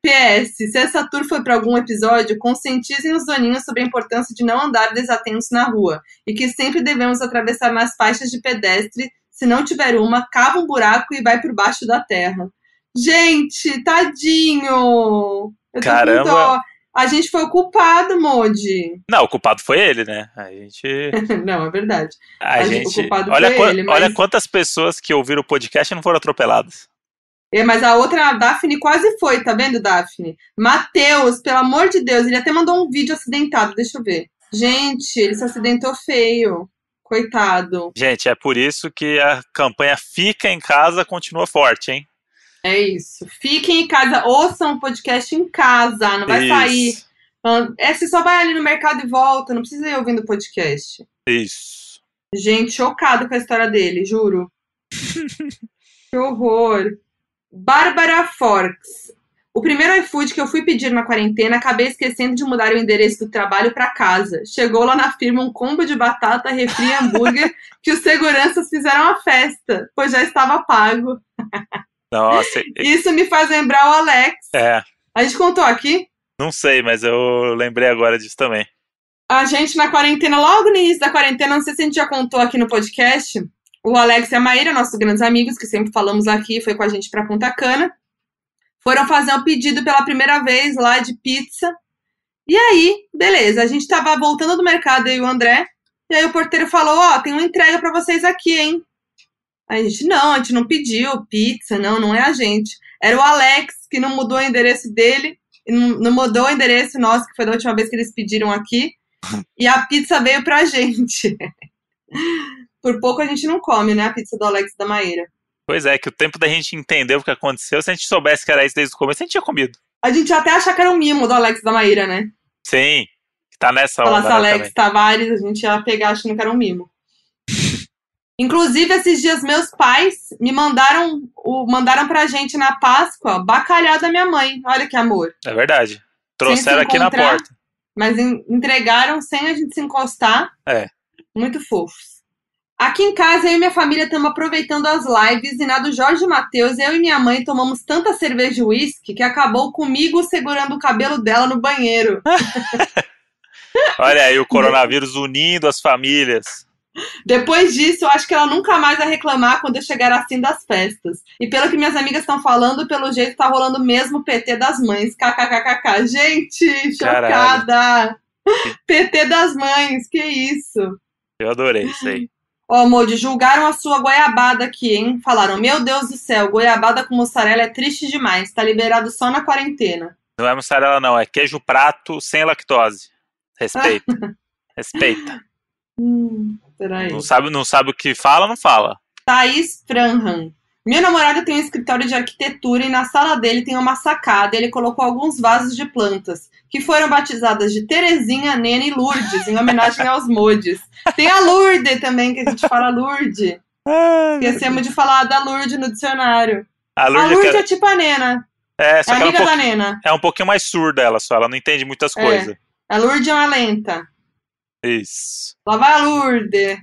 [SPEAKER 2] PS, se essa tour foi para algum episódio, conscientizem os doninhos sobre a importância de não andar desatentos na rua e que sempre devemos atravessar nas faixas de pedestre. Se não tiver uma, cava um buraco e vai por baixo da terra. Gente, tadinho! Eu tô com
[SPEAKER 1] Caramba.
[SPEAKER 2] dó. A gente foi o culpado, Modi.
[SPEAKER 1] Não, o culpado foi ele, né? A gente.
[SPEAKER 2] Não, é verdade.
[SPEAKER 1] A
[SPEAKER 2] Mas o
[SPEAKER 1] gente.
[SPEAKER 2] culpado
[SPEAKER 1] Olha,
[SPEAKER 2] foi
[SPEAKER 1] qua-
[SPEAKER 2] ele, mas-
[SPEAKER 1] olha quantas pessoas que ouviram o podcast e não foram atropeladas.
[SPEAKER 2] É, mas a outra, a Daphne, quase foi, tá vendo, Daphne? Matheus, pelo amor de Deus, ele até mandou um vídeo acidentado, deixa eu ver. Gente, ele se acidentou feio. Coitado.
[SPEAKER 1] Gente, é por isso que a campanha Fica em Casa continua forte, hein?
[SPEAKER 2] É isso. Fiquem em casa, ouçam o podcast em casa, não vai
[SPEAKER 1] isso,
[SPEAKER 2] sair. Ah, É, você só vai ali no mercado e volta, não precisa ir ouvindo o podcast.
[SPEAKER 1] Isso.
[SPEAKER 2] Gente, chocado com a história dele, juro. que horror. Bárbara Forks. O primeiro iFood que eu fui pedir na quarentena, acabei esquecendo de mudar o endereço do trabalho pra casa. Chegou lá na firma um combo de batata, refri e hambúrguer que os seguranças fizeram a festa, pois já estava pago.
[SPEAKER 1] Nossa, e-
[SPEAKER 2] Isso me faz lembrar o Alex.
[SPEAKER 1] é.
[SPEAKER 2] A gente contou aqui?
[SPEAKER 1] Não sei, mas eu lembrei agora disso também.
[SPEAKER 2] A gente na quarentena, logo no início da quarentena, não sei se a gente já contou aqui no podcast, o Alex e a Maíra, nossos grandes amigos, que sempre falamos aqui, foi com a gente pra Punta Cana, foram fazer um pedido pela primeira vez lá de pizza. E aí, beleza, a gente tava voltando do mercado eu e o André, e aí o porteiro falou: Ó, tem uma entrega pra vocês aqui, hein? A gente, não, a gente não pediu pizza, não, não é a gente. Era o Alex que não mudou o endereço dele, não não mudou o endereço nosso, que foi da última vez que eles pediram aqui. E a pizza veio pra gente. Por pouco a gente não come, né? A pizza do Alex e da Maíra.
[SPEAKER 1] Pois é, que o tempo da gente entender o que aconteceu, se a gente soubesse que era isso desde o começo, a gente tinha comido.
[SPEAKER 2] A gente até achava que era um mimo do Alex e da Maíra, né?
[SPEAKER 1] Sim, que tá nessa onda
[SPEAKER 2] Falasse
[SPEAKER 1] né,
[SPEAKER 2] Alex
[SPEAKER 1] também.
[SPEAKER 2] Tavares, a gente ia pegar achando que era um mimo. Inclusive, esses dias meus pais me mandaram, o, mandaram pra gente na Páscoa bacalhau da minha mãe. Olha que amor.
[SPEAKER 1] É verdade. Trouxeram
[SPEAKER 2] se
[SPEAKER 1] aqui na
[SPEAKER 2] encontrar.
[SPEAKER 1] porta.
[SPEAKER 2] Mas en- entregaram sem a gente se encostar.
[SPEAKER 1] É.
[SPEAKER 2] Muito fofos. Aqui em casa, eu e minha família estamos aproveitando as lives e na do Jorge Matheus, eu e minha mãe tomamos tanta cerveja e uísque que acabou comigo segurando o cabelo dela no banheiro.
[SPEAKER 1] Olha aí o coronavírus unindo as famílias.
[SPEAKER 2] Depois disso, eu acho que ela nunca mais vai reclamar quando eu chegar assim das festas. E pelo que minhas amigas estão falando, pelo jeito tá rolando mesmo o PT das mães. KKKKK. Gente, chocada! PT das mães, que isso!
[SPEAKER 1] Eu adorei isso aí.
[SPEAKER 2] Ó, Modi, julgaram a sua goiabada aqui, hein? Falaram, meu Deus do céu, goiabada com mussarela é triste demais, tá liberado só na quarentena.
[SPEAKER 1] Não é mussarela, não. É queijo prato sem lactose. Respeita. Respeita.
[SPEAKER 2] Hum, peraí.
[SPEAKER 1] Não sabe, não sabe o que fala, não fala.
[SPEAKER 2] Thaís Franham. Meu namorado tem um escritório de arquitetura e na sala dele tem uma sacada. Ele colocou alguns vasos de plantas, que foram batizadas de Terezinha, Nena e Lourdes, em homenagem aos Modes. Tem a Lourdes também, que a gente fala Lourdes. Esquecemos de falar da Lourdes no dicionário.
[SPEAKER 1] A
[SPEAKER 2] É. A
[SPEAKER 1] Lourdes,
[SPEAKER 2] Lourdes
[SPEAKER 1] que
[SPEAKER 2] é tipo a Nena,
[SPEAKER 1] é, é, só
[SPEAKER 2] é
[SPEAKER 1] que ela é um,
[SPEAKER 2] amiga
[SPEAKER 1] pouquinho,
[SPEAKER 2] da Nena.
[SPEAKER 1] é um pouquinho mais surda ela só. Ela não entende muitas
[SPEAKER 2] É.
[SPEAKER 1] coisas.
[SPEAKER 2] A Lourdes é uma lenta.
[SPEAKER 1] Isso.
[SPEAKER 2] Lá vai a Lourdes.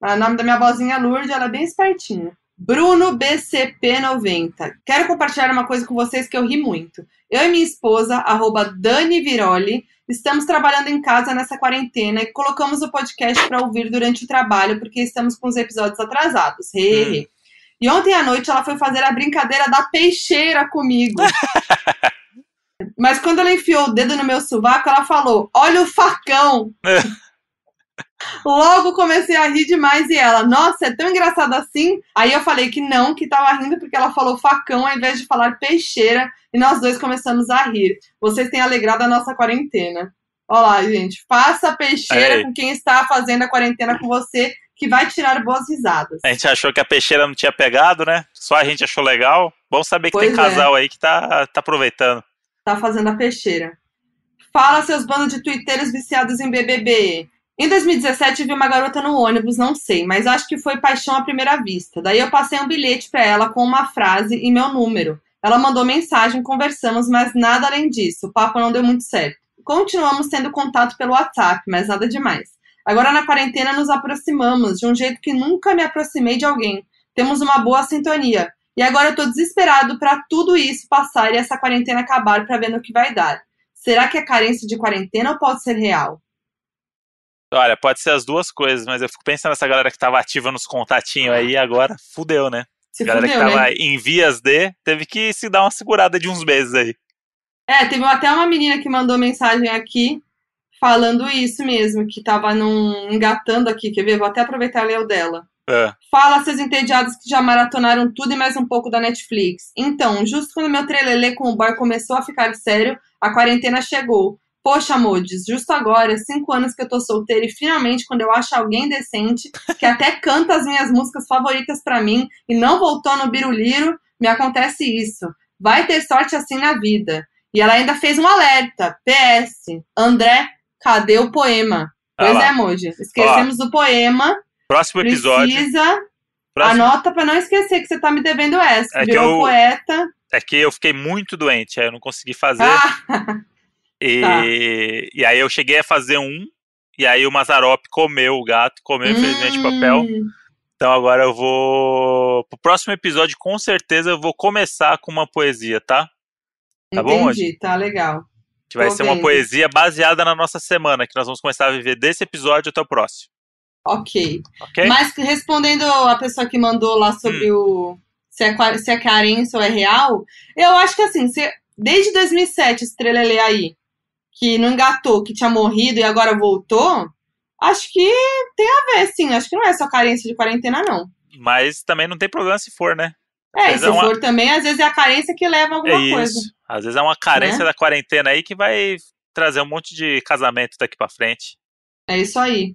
[SPEAKER 2] O nome da minha vozinha é Lourdes, ela é bem espertinha. Bruno BCP90. Quero compartilhar uma coisa com vocês que eu ri muito. Eu e minha esposa, arroba Dani Viroli, estamos trabalhando em casa nessa quarentena e colocamos o podcast para ouvir durante o trabalho, porque estamos com os episódios atrasados. He, he. E ontem à noite ela foi fazer a brincadeira da peixeira comigo. Mas quando ela enfiou o dedo no meu sovaco, ela falou: Olha o facão! Logo comecei a rir demais e ela, nossa, é tão engraçado assim. Aí eu falei que não, que tava rindo porque ela falou facão ao invés de falar peixeira e nós dois começamos a rir. Vocês têm alegrado a nossa quarentena. Olha lá, gente, faça a peixeira
[SPEAKER 1] Aí.
[SPEAKER 2] com quem está fazendo a quarentena com você, que vai tirar boas risadas.
[SPEAKER 1] A gente achou que a peixeira não tinha pegado, né? Só a gente achou legal. Bom saber que
[SPEAKER 2] Pois
[SPEAKER 1] tem
[SPEAKER 2] é.
[SPEAKER 1] casal aí que tá, tá aproveitando.
[SPEAKER 2] tá fazendo a peixeira. Fala, seus bandos de twitteiros viciados em BBB. Em 2017, vi uma garota no ônibus, não sei, mas acho que foi paixão à primeira vista. Daí eu passei um bilhete pra ela com uma frase e meu número. Ela mandou mensagem, conversamos, mas nada além disso. O papo não deu muito certo. Continuamos tendo contato pelo WhatsApp, mas nada demais. Agora na quarentena nos aproximamos, de um jeito que nunca me aproximei de alguém. Temos uma boa sintonia. E agora eu tô desesperado pra tudo isso passar e essa quarentena acabar pra ver no que vai dar. Será que é carência de quarentena ou pode ser real?
[SPEAKER 1] Olha, pode ser as duas coisas, mas eu fico pensando nessa galera que tava ativa nos contatinhos aí agora, fudeu, né?
[SPEAKER 2] Se
[SPEAKER 1] galera
[SPEAKER 2] fudeu,
[SPEAKER 1] que tava
[SPEAKER 2] né?
[SPEAKER 1] em vias de, teve que se dar uma segurada de uns meses aí.
[SPEAKER 2] É, teve até uma menina que mandou mensagem aqui falando isso mesmo, que tava num, engatando aqui, quer ver? Vou até aproveitar e ler o dela.
[SPEAKER 1] É.
[SPEAKER 2] Fala, seus entediados que já maratonaram tudo e mais um pouco da Netflix. Então, justo quando meu trelelê com o boy começou a ficar sério, a quarentena chegou. Poxa, amores, justo agora, cinco anos que eu tô solteira e finalmente quando eu acho alguém decente, que até canta as minhas músicas favoritas pra mim e não voltou no biruliro, me acontece isso. Vai ter sorte assim na vida. E ela ainda fez um alerta. PS, André, cadê o poema?
[SPEAKER 1] Ah
[SPEAKER 2] Pois
[SPEAKER 1] lá.
[SPEAKER 2] é, Moji. Esquecemos do poema.
[SPEAKER 1] Próximo episódio.
[SPEAKER 2] Precisa. Ah,
[SPEAKER 1] próximo-
[SPEAKER 2] Anota pra não esquecer que você tá me devendo essa. que
[SPEAKER 1] É que
[SPEAKER 2] virou
[SPEAKER 1] eu-
[SPEAKER 2] poeta.
[SPEAKER 1] É que eu fiquei muito doente, aí eu não consegui fazer.
[SPEAKER 2] Ah,
[SPEAKER 1] e...
[SPEAKER 2] tá.
[SPEAKER 1] e aí eu cheguei a fazer um, e aí o Mazarop comeu o gato, comeu infelizmente o né, papel.
[SPEAKER 2] hum,
[SPEAKER 1] Então agora eu vou. Pro próximo episódio, com certeza, eu vou começar com uma poesia, tá? Tá bom,
[SPEAKER 2] entendi, tá legal.
[SPEAKER 1] Que vai
[SPEAKER 2] Tô
[SPEAKER 1] ser uma
[SPEAKER 2] vendo.
[SPEAKER 1] poesia baseada na nossa semana, que nós vamos começar a viver desse episódio até o próximo.
[SPEAKER 2] Ok.
[SPEAKER 1] Ok? Hum.
[SPEAKER 2] Mas que respondendo a pessoa que mandou lá sobre o se é, qua- se é carência ou é real, eu acho que assim, se- desde 2007 esse trelelê aí, que não engatou, que tinha morrido e agora voltou, acho que tem a ver, sim. Acho que não é só carência de quarentena, não.
[SPEAKER 1] Mas também não tem problema se for, né?
[SPEAKER 2] É, e
[SPEAKER 1] Mas
[SPEAKER 2] se
[SPEAKER 1] é uma-
[SPEAKER 2] for também, às vezes é a carência que leva a alguma
[SPEAKER 1] é
[SPEAKER 2] coisa. Né?
[SPEAKER 1] isso. Às vezes é uma carência da quarentena aí que vai trazer um monte de casamento daqui pra frente.
[SPEAKER 2] É isso aí.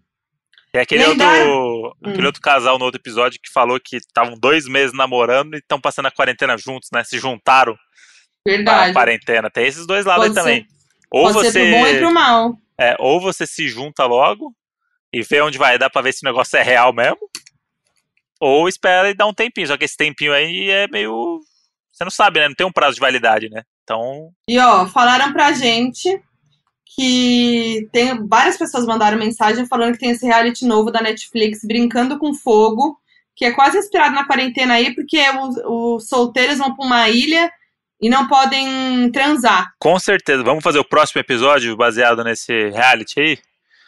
[SPEAKER 1] É aquele
[SPEAKER 2] Lendário.
[SPEAKER 1] outro, aquele
[SPEAKER 2] Hum.
[SPEAKER 1] outro casal no outro episódio que falou que estavam dois meses namorando e estão passando a quarentena juntos, né? Se juntaram na
[SPEAKER 2] Verdade.
[SPEAKER 1] quarentena. Tem esses dois lados aí
[SPEAKER 2] Pode ser-
[SPEAKER 1] também. Ou
[SPEAKER 2] Pode
[SPEAKER 1] você,
[SPEAKER 2] ser pro bom e pro mal.
[SPEAKER 1] é, ou você se junta logo e vê onde vai dar pra ver se o negócio é real mesmo. Ou espera e dá um tempinho. Só que esse tempinho aí é meio. Você não sabe, né? Não tem um prazo de validade, né? Então,
[SPEAKER 2] E ó, falaram pra gente que tem várias pessoas mandaram mensagem falando que tem esse reality novo da Netflix, Brincando com Fogo, que é quase inspirado na quarentena aí, porque os, os solteiros vão pra uma ilha e não podem transar.
[SPEAKER 1] Com certeza. Vamos fazer o próximo episódio baseado nesse reality aí?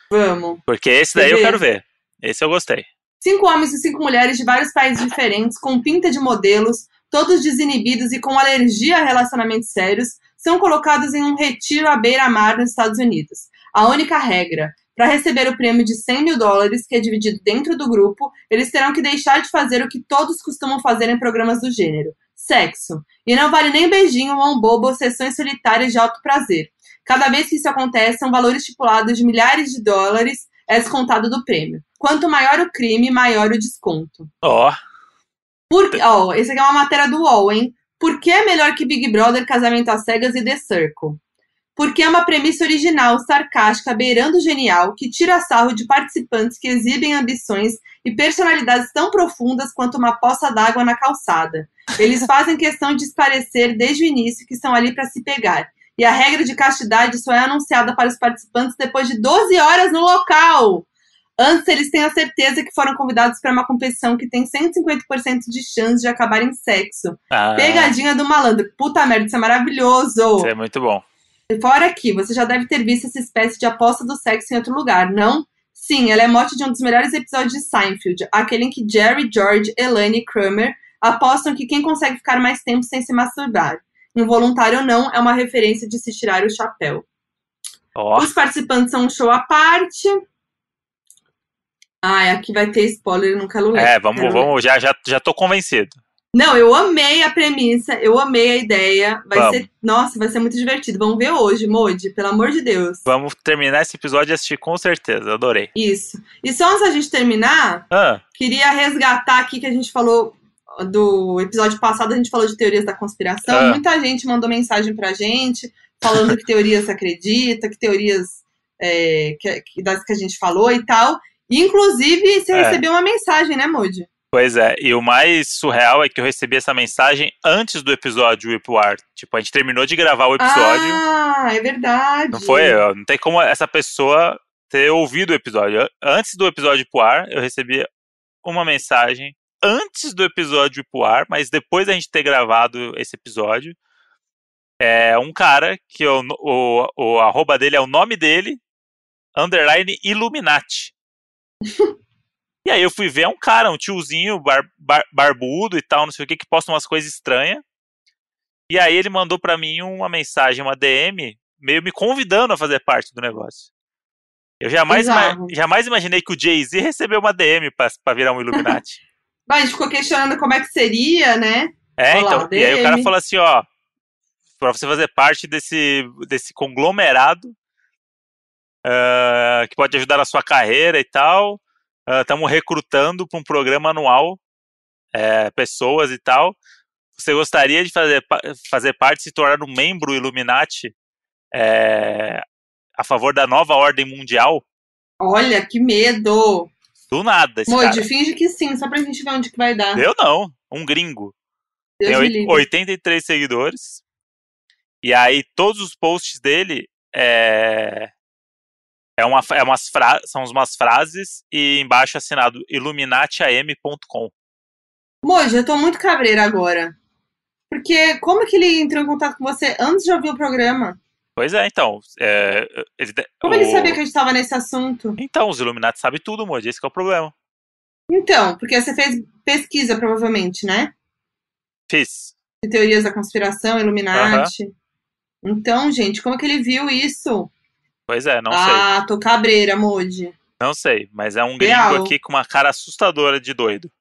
[SPEAKER 2] Vamos.
[SPEAKER 1] Porque esse daí eu
[SPEAKER 2] Beleza.
[SPEAKER 1] quero ver. Esse eu gostei.
[SPEAKER 2] Cinco homens e cinco mulheres de vários países diferentes, com pinta de modelos, todos desinibidos e com alergia a relacionamentos sérios, são colocados em um retiro à beira-mar nos Estados Unidos. A única regra: para receber o prêmio de 100 mil dólares, que é dividido dentro do grupo, eles terão que deixar de fazer o que todos costumam fazer em programas do gênero: sexo. E não vale nem beijinho, mão boba ou sessões solitárias de alto prazer. Cada vez que isso acontece, são valores estipulados de milhares de dólares é descontado do prêmio. Quanto maior o crime, maior o desconto.
[SPEAKER 1] Ó,
[SPEAKER 2] Por que, ó, esse aqui é uma matéria do UOL, hein? Por que é melhor que Big Brother, Casamento às Cegas e The Circle? Porque é uma premissa original, sarcástica, beirando o genial, que tira sarro de participantes que exibem ambições e personalidades tão profundas quanto uma poça d'água na calçada. Eles fazem questão de esclarecer desde o início que estão ali para se pegar. E a regra de castidade só é anunciada para os participantes depois de 12 horas no local. Antes, eles têm a certeza que foram convidados para uma competição que tem 150% de chance de acabar em sexo.
[SPEAKER 1] ah,
[SPEAKER 2] Pegadinha do malandro. Puta merda, isso é maravilhoso.
[SPEAKER 1] isso é muito bom.
[SPEAKER 2] E Fora aqui, você já deve ter visto essa espécie de aposta do sexo em outro lugar, não? Sim, ela é mote de um dos melhores episódios de Seinfeld, aquele em que Jerry, George, Elaine e Kramer apostam que quem consegue ficar mais tempo sem se masturbar, involuntário ou não, é uma referência de se tirar o chapéu.
[SPEAKER 1] Ó,
[SPEAKER 2] Os participantes são um show à parte. Ai, aqui vai ter spoiler, eu não quero ler.
[SPEAKER 1] é, vamos,
[SPEAKER 2] Quero ler.
[SPEAKER 1] vamos, já, já, já tô convencido.
[SPEAKER 2] Não, eu amei a premissa, eu amei a ideia. Vai
[SPEAKER 1] Vamos.
[SPEAKER 2] ser, nossa, vai ser muito divertido. Vamos ver hoje, Modi, pelo amor de Deus.
[SPEAKER 1] Vamos terminar esse episódio e assistir com certeza. Adorei.
[SPEAKER 2] Isso. E só antes da gente terminar,
[SPEAKER 1] Ah,
[SPEAKER 2] queria resgatar aqui que a gente falou do episódio passado, a gente falou de teorias da conspiração.
[SPEAKER 1] Ah.
[SPEAKER 2] Muita gente mandou mensagem pra gente falando que teorias você acredita, que teorias é, que- que- das que a gente falou e tal. E, inclusive, você
[SPEAKER 1] É.
[SPEAKER 2] recebeu uma mensagem, né, Moody?
[SPEAKER 1] pois é. E o mais surreal é que eu recebi essa mensagem antes do episódio ir pro ar. Tipo, a gente terminou de gravar o Um episódio.
[SPEAKER 2] Ah, é verdade.
[SPEAKER 1] Não foi eu. Não tem como essa pessoa ter ouvido o episódio. An- Antes do episódio ir pro ar, eu recebi uma mensagem antes do episódio ir pro ar, mas depois da gente ter gravado esse episódio. É um cara que eu- o, o arroba dele é o nome dele, underline Illuminati. e aí eu fui ver é um cara, um tiozinho bar- bar- barbudo e tal, não sei o que, que posta umas coisas estranhas. E aí ele mandou pra mim uma mensagem, uma DM, meio me convidando a fazer parte do negócio. Eu jamais, ima-
[SPEAKER 2] Bizarro.
[SPEAKER 1] jamais imaginei que o Jay-Z recebeu uma DM pra, pra virar um Illuminati.
[SPEAKER 2] Mas a gente ficou questionando como é que seria, né?
[SPEAKER 1] É,
[SPEAKER 2] Olha lá,
[SPEAKER 1] então. E aí o cara
[SPEAKER 2] DM.
[SPEAKER 1] falou assim, ó. Pra você fazer parte desse, desse conglomerado ah, que pode ajudar na sua carreira e tal. Estamos recrutando para um programa anual eh, pessoas e tal. Você gostaria de fazer, pa- fazer parte, se tornar um membro Illuminati eh, a favor da nova ordem mundial?
[SPEAKER 2] Olha, que medo.
[SPEAKER 1] Do nada, esse
[SPEAKER 2] Moody,
[SPEAKER 1] cara.
[SPEAKER 2] finge que sim, só pra gente ver onde que vai dar.
[SPEAKER 1] Eu não, um gringo.
[SPEAKER 2] Deus
[SPEAKER 1] tem
[SPEAKER 2] me
[SPEAKER 1] oit-
[SPEAKER 2] livre.
[SPEAKER 1] 83 seguidores. E aí todos os posts dele é é uma é umas fra... são umas frases e embaixo assinado illuminatiam.com.
[SPEAKER 2] Moji, eu tô muito cabreira agora. Porque como que ele entrou em contato com você antes de ouvir o programa?
[SPEAKER 1] Pois é, então, é, ele de-
[SPEAKER 2] Como ele
[SPEAKER 1] o-
[SPEAKER 2] sabia que a gente tava nesse assunto?
[SPEAKER 1] Então, os Illuminati sabem tudo, Moji, esse que é o problema.
[SPEAKER 2] Então, porque você fez pesquisa, provavelmente, né?
[SPEAKER 1] Fiz.
[SPEAKER 2] De teorias da conspiração, Illuminati. Então, gente, como que ele viu isso?
[SPEAKER 1] Pois é, não sei.
[SPEAKER 2] ah, tô cabreira, Moji.
[SPEAKER 1] Não sei, mas é um gringo
[SPEAKER 2] Real.
[SPEAKER 1] aqui com uma cara assustadora de doido.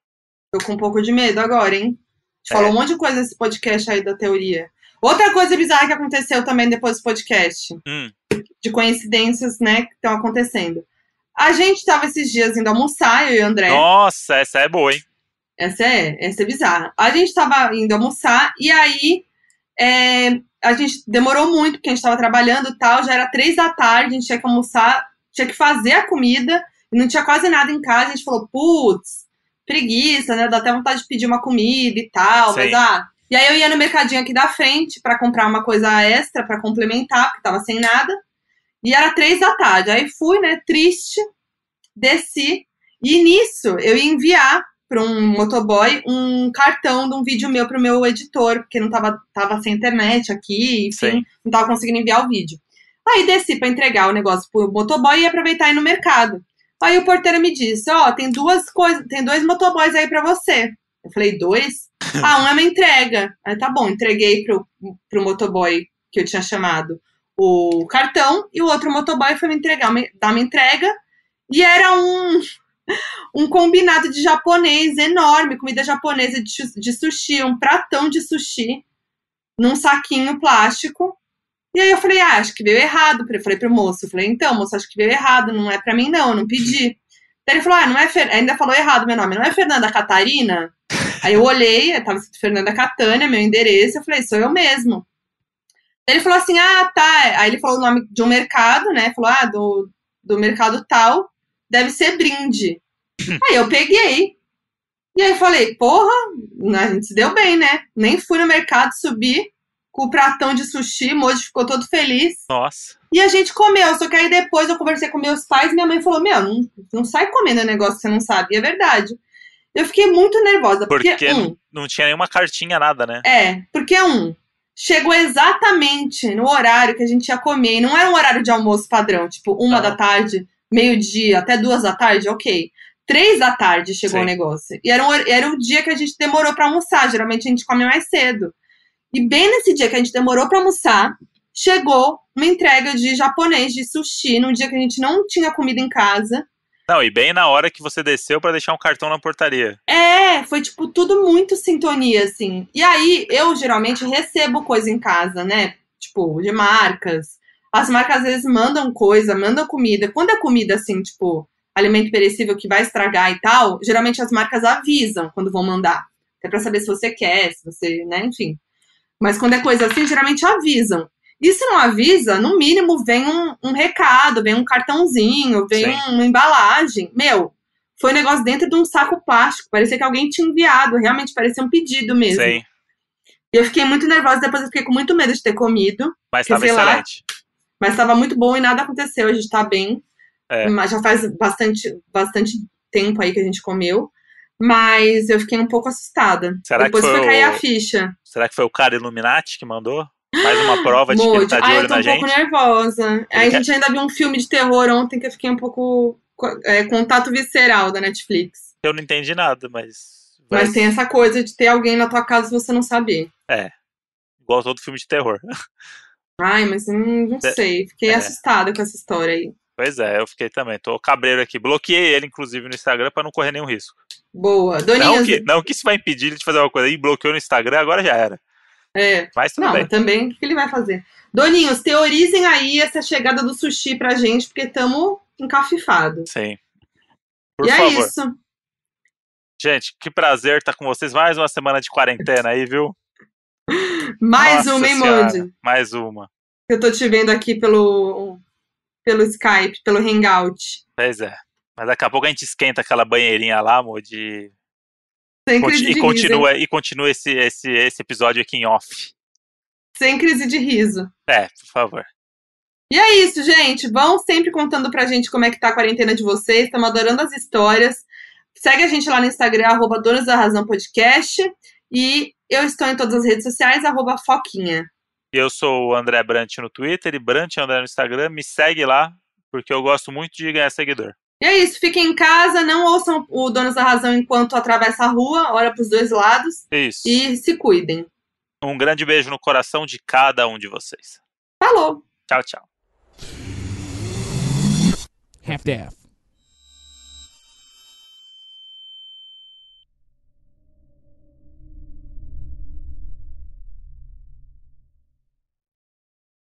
[SPEAKER 2] Tô com um pouco de medo agora, hein? A gente
[SPEAKER 1] É.
[SPEAKER 2] falou um monte de coisa nesse podcast aí da teoria. Outra coisa bizarra que aconteceu também depois do podcast.
[SPEAKER 1] Hum,
[SPEAKER 2] de coincidências, né, que estão acontecendo. A gente tava esses dias indo almoçar, eu e o André.
[SPEAKER 1] Nossa, essa é boa, hein?
[SPEAKER 2] Essa é, essa é bizarra. A gente tava indo almoçar e aí é, a gente demorou muito, porque a gente tava trabalhando e tal, já era três da tarde, a gente tinha que almoçar, tinha que fazer a comida, e não tinha quase nada em casa, a gente falou, putz, preguiça, né? Dá até vontade de pedir uma comida e tal, mas
[SPEAKER 1] Sim.
[SPEAKER 2] ah. E aí eu ia no mercadinho aqui da frente pra comprar uma coisa extra pra complementar, porque tava sem nada. E era três da tarde. Aí fui, né, triste, desci, e nisso eu ia enviar para um motoboy um cartão de um vídeo meu pro meu editor, porque não tava, tava sem internet aqui, enfim,
[SPEAKER 1] Sim.
[SPEAKER 2] não tava conseguindo enviar o vídeo. Aí desci para entregar o negócio pro motoboy e aproveitar ir no mercado. Aí o porteiro me disse: "Ó, tem duas coisas, tem dois motoboys aí para você". Eu falei: "Dois?" "Ah, um é uma entrega". Aí tá bom, entreguei pro pro motoboy que eu tinha chamado o cartão e o outro motoboy foi me entregar, me- dar uma entrega e era um um combinado de japonês enorme, comida japonesa de, chu- de sushi, um pratão de sushi num saquinho plástico. E aí eu falei, ah, acho que veio errado. Eu falei pro moço, eu falei, então, moço, acho que veio errado, não é pra mim não, eu não pedi. Daí ele falou, ah, não é, Fer... ainda falou errado meu nome, não é Fernanda Catarina? Aí eu olhei, tava escrito Fernanda Catânia, meu endereço, eu falei, sou eu mesmo. Daí ele falou assim, ah, tá. Aí ele falou o nome de um mercado, né? Falou, ah, do, do mercado tal, deve ser brinde. Aí eu peguei. E aí eu falei, porra, a gente se deu bem, né? Nem fui no mercado, subi com o pratão de sushi, o Moji ficou todo feliz.
[SPEAKER 1] Nossa.
[SPEAKER 2] E a gente comeu, só que aí depois eu conversei com meus pais e minha mãe falou, meu, não, não sai comendo um negócio que você não sabe. E é verdade. Eu fiquei muito nervosa, porque,
[SPEAKER 1] Porque
[SPEAKER 2] um,
[SPEAKER 1] Não tinha nenhuma cartinha, nada, né?
[SPEAKER 2] é, porque um, chegou exatamente no horário que a gente ia comer, e não era um horário de almoço padrão, tipo uma
[SPEAKER 1] Ah.
[SPEAKER 2] da tarde, meio-dia, até duas da tarde, ok. Três da tarde chegou
[SPEAKER 1] Sim.
[SPEAKER 2] o negócio. E era, um, hor- era o dia que a gente demorou pra almoçar, geralmente a gente come mais cedo. E bem nesse dia que a gente demorou pra almoçar, chegou uma entrega de japonês de sushi, num dia que a gente não tinha comida em casa.
[SPEAKER 1] Não, e bem na hora que você desceu pra deixar um cartão na portaria.
[SPEAKER 2] É, foi tipo tudo muito sintonia, assim. E aí, eu geralmente recebo coisa em casa, né? Tipo, de marcas. As marcas às vezes mandam coisa, mandam comida. Quando é comida, assim, tipo, alimento perecível que vai estragar e tal, geralmente as marcas avisam quando vão mandar. Até pra saber se você quer, se você, né, enfim. Mas quando é coisa assim, geralmente avisam. E se não avisa, no mínimo vem um, um recado, vem um cartãozinho, vem um,
[SPEAKER 1] Sim.
[SPEAKER 2] uma embalagem. Meu, foi um negócio dentro de um saco plástico. Parecia que alguém tinha enviado. Realmente parecia um pedido mesmo.
[SPEAKER 1] Sei.
[SPEAKER 2] E eu fiquei muito nervosa. Depois eu fiquei com muito medo de ter comido.
[SPEAKER 1] Mas
[SPEAKER 2] Quer
[SPEAKER 1] tava
[SPEAKER 2] dizer lá,
[SPEAKER 1] excelente.
[SPEAKER 2] Mas tava muito bom e nada aconteceu. A gente tá bem.
[SPEAKER 1] É.
[SPEAKER 2] Mas já faz bastante, bastante tempo aí que a gente comeu. Mas eu fiquei um pouco assustada.
[SPEAKER 1] Será que
[SPEAKER 2] depois
[SPEAKER 1] foi
[SPEAKER 2] foi cair
[SPEAKER 1] o-
[SPEAKER 2] a ficha.
[SPEAKER 1] Será que foi o cara Illuminati que mandou? Mais uma prova de que ele
[SPEAKER 2] Mode.
[SPEAKER 1] tá de
[SPEAKER 2] Ai,
[SPEAKER 1] olho
[SPEAKER 2] eu tô
[SPEAKER 1] na
[SPEAKER 2] um
[SPEAKER 1] gente?
[SPEAKER 2] pouco nervosa. Aí a
[SPEAKER 1] quer-
[SPEAKER 2] gente ainda viu um filme de terror ontem que eu fiquei um pouco. co- é, contato visceral da Netflix.
[SPEAKER 1] Eu não entendi nada, mas.
[SPEAKER 2] Mas tem essa coisa de ter alguém na tua casa e você não saber.
[SPEAKER 1] Igual todo filme de terror.
[SPEAKER 2] Ai, mas eu não, não
[SPEAKER 1] É.
[SPEAKER 2] sei. Fiquei
[SPEAKER 1] É.
[SPEAKER 2] assustada com essa história aí.
[SPEAKER 1] Pois é, eu fiquei também. Tô cabreiro aqui. Bloqueei ele, inclusive, no Instagram pra não correr nenhum risco.
[SPEAKER 2] Boa.
[SPEAKER 1] Não
[SPEAKER 2] Doninhas.
[SPEAKER 1] que, não que isso vai impedir ele de fazer alguma coisa. Ih, bloqueou no Instagram, agora já era.
[SPEAKER 2] É.
[SPEAKER 1] Mas tudo
[SPEAKER 2] Não,
[SPEAKER 1] bem.
[SPEAKER 2] mas também o que que ele vai fazer? Doninhos, teorizem aí essa chegada do sushi pra gente, porque estamos encafifados.
[SPEAKER 1] Sim. Por
[SPEAKER 2] e
[SPEAKER 1] favor.
[SPEAKER 2] é isso.
[SPEAKER 1] Gente, que prazer estar com vocês. Mais uma semana de quarentena aí, viu?
[SPEAKER 2] Mais
[SPEAKER 1] Nossa
[SPEAKER 2] uma, hein,
[SPEAKER 1] Senhora,
[SPEAKER 2] Mandy?
[SPEAKER 1] Mais uma.
[SPEAKER 2] Eu tô te vendo aqui pelo, pelo Skype, pelo Hangout.
[SPEAKER 1] Pois é. Mas daqui a pouco a gente esquenta aquela banheirinha lá, amor, de...
[SPEAKER 2] Sem
[SPEAKER 1] Conti-
[SPEAKER 2] crise
[SPEAKER 1] e
[SPEAKER 2] de riso. hein?
[SPEAKER 1] continua, e continua esse, esse, esse episódio aqui em off.
[SPEAKER 2] Sem crise de riso.
[SPEAKER 1] É, por favor.
[SPEAKER 2] E é isso, gente. Vão sempre contando pra gente como é que tá a quarentena de vocês. Estamos adorando as histórias. Segue a gente lá no Instagram, arroba Donos da Razão Podcast. E eu estou em todas as redes sociais, arroba Foquinha.
[SPEAKER 1] Eu sou o André Brant no Twitter e Brant André no Instagram. Me segue lá, porque eu gosto muito de ganhar seguidor.
[SPEAKER 2] E é isso. Fiquem em casa, não ouçam o Donos da Razão enquanto atravessa a rua. Olha pros dois lados
[SPEAKER 1] É Isso.
[SPEAKER 2] e se cuidem.
[SPEAKER 1] Um grande beijo no coração de cada um de vocês.
[SPEAKER 2] Falou!
[SPEAKER 1] Tchau, tchau.
[SPEAKER 4] half-daff.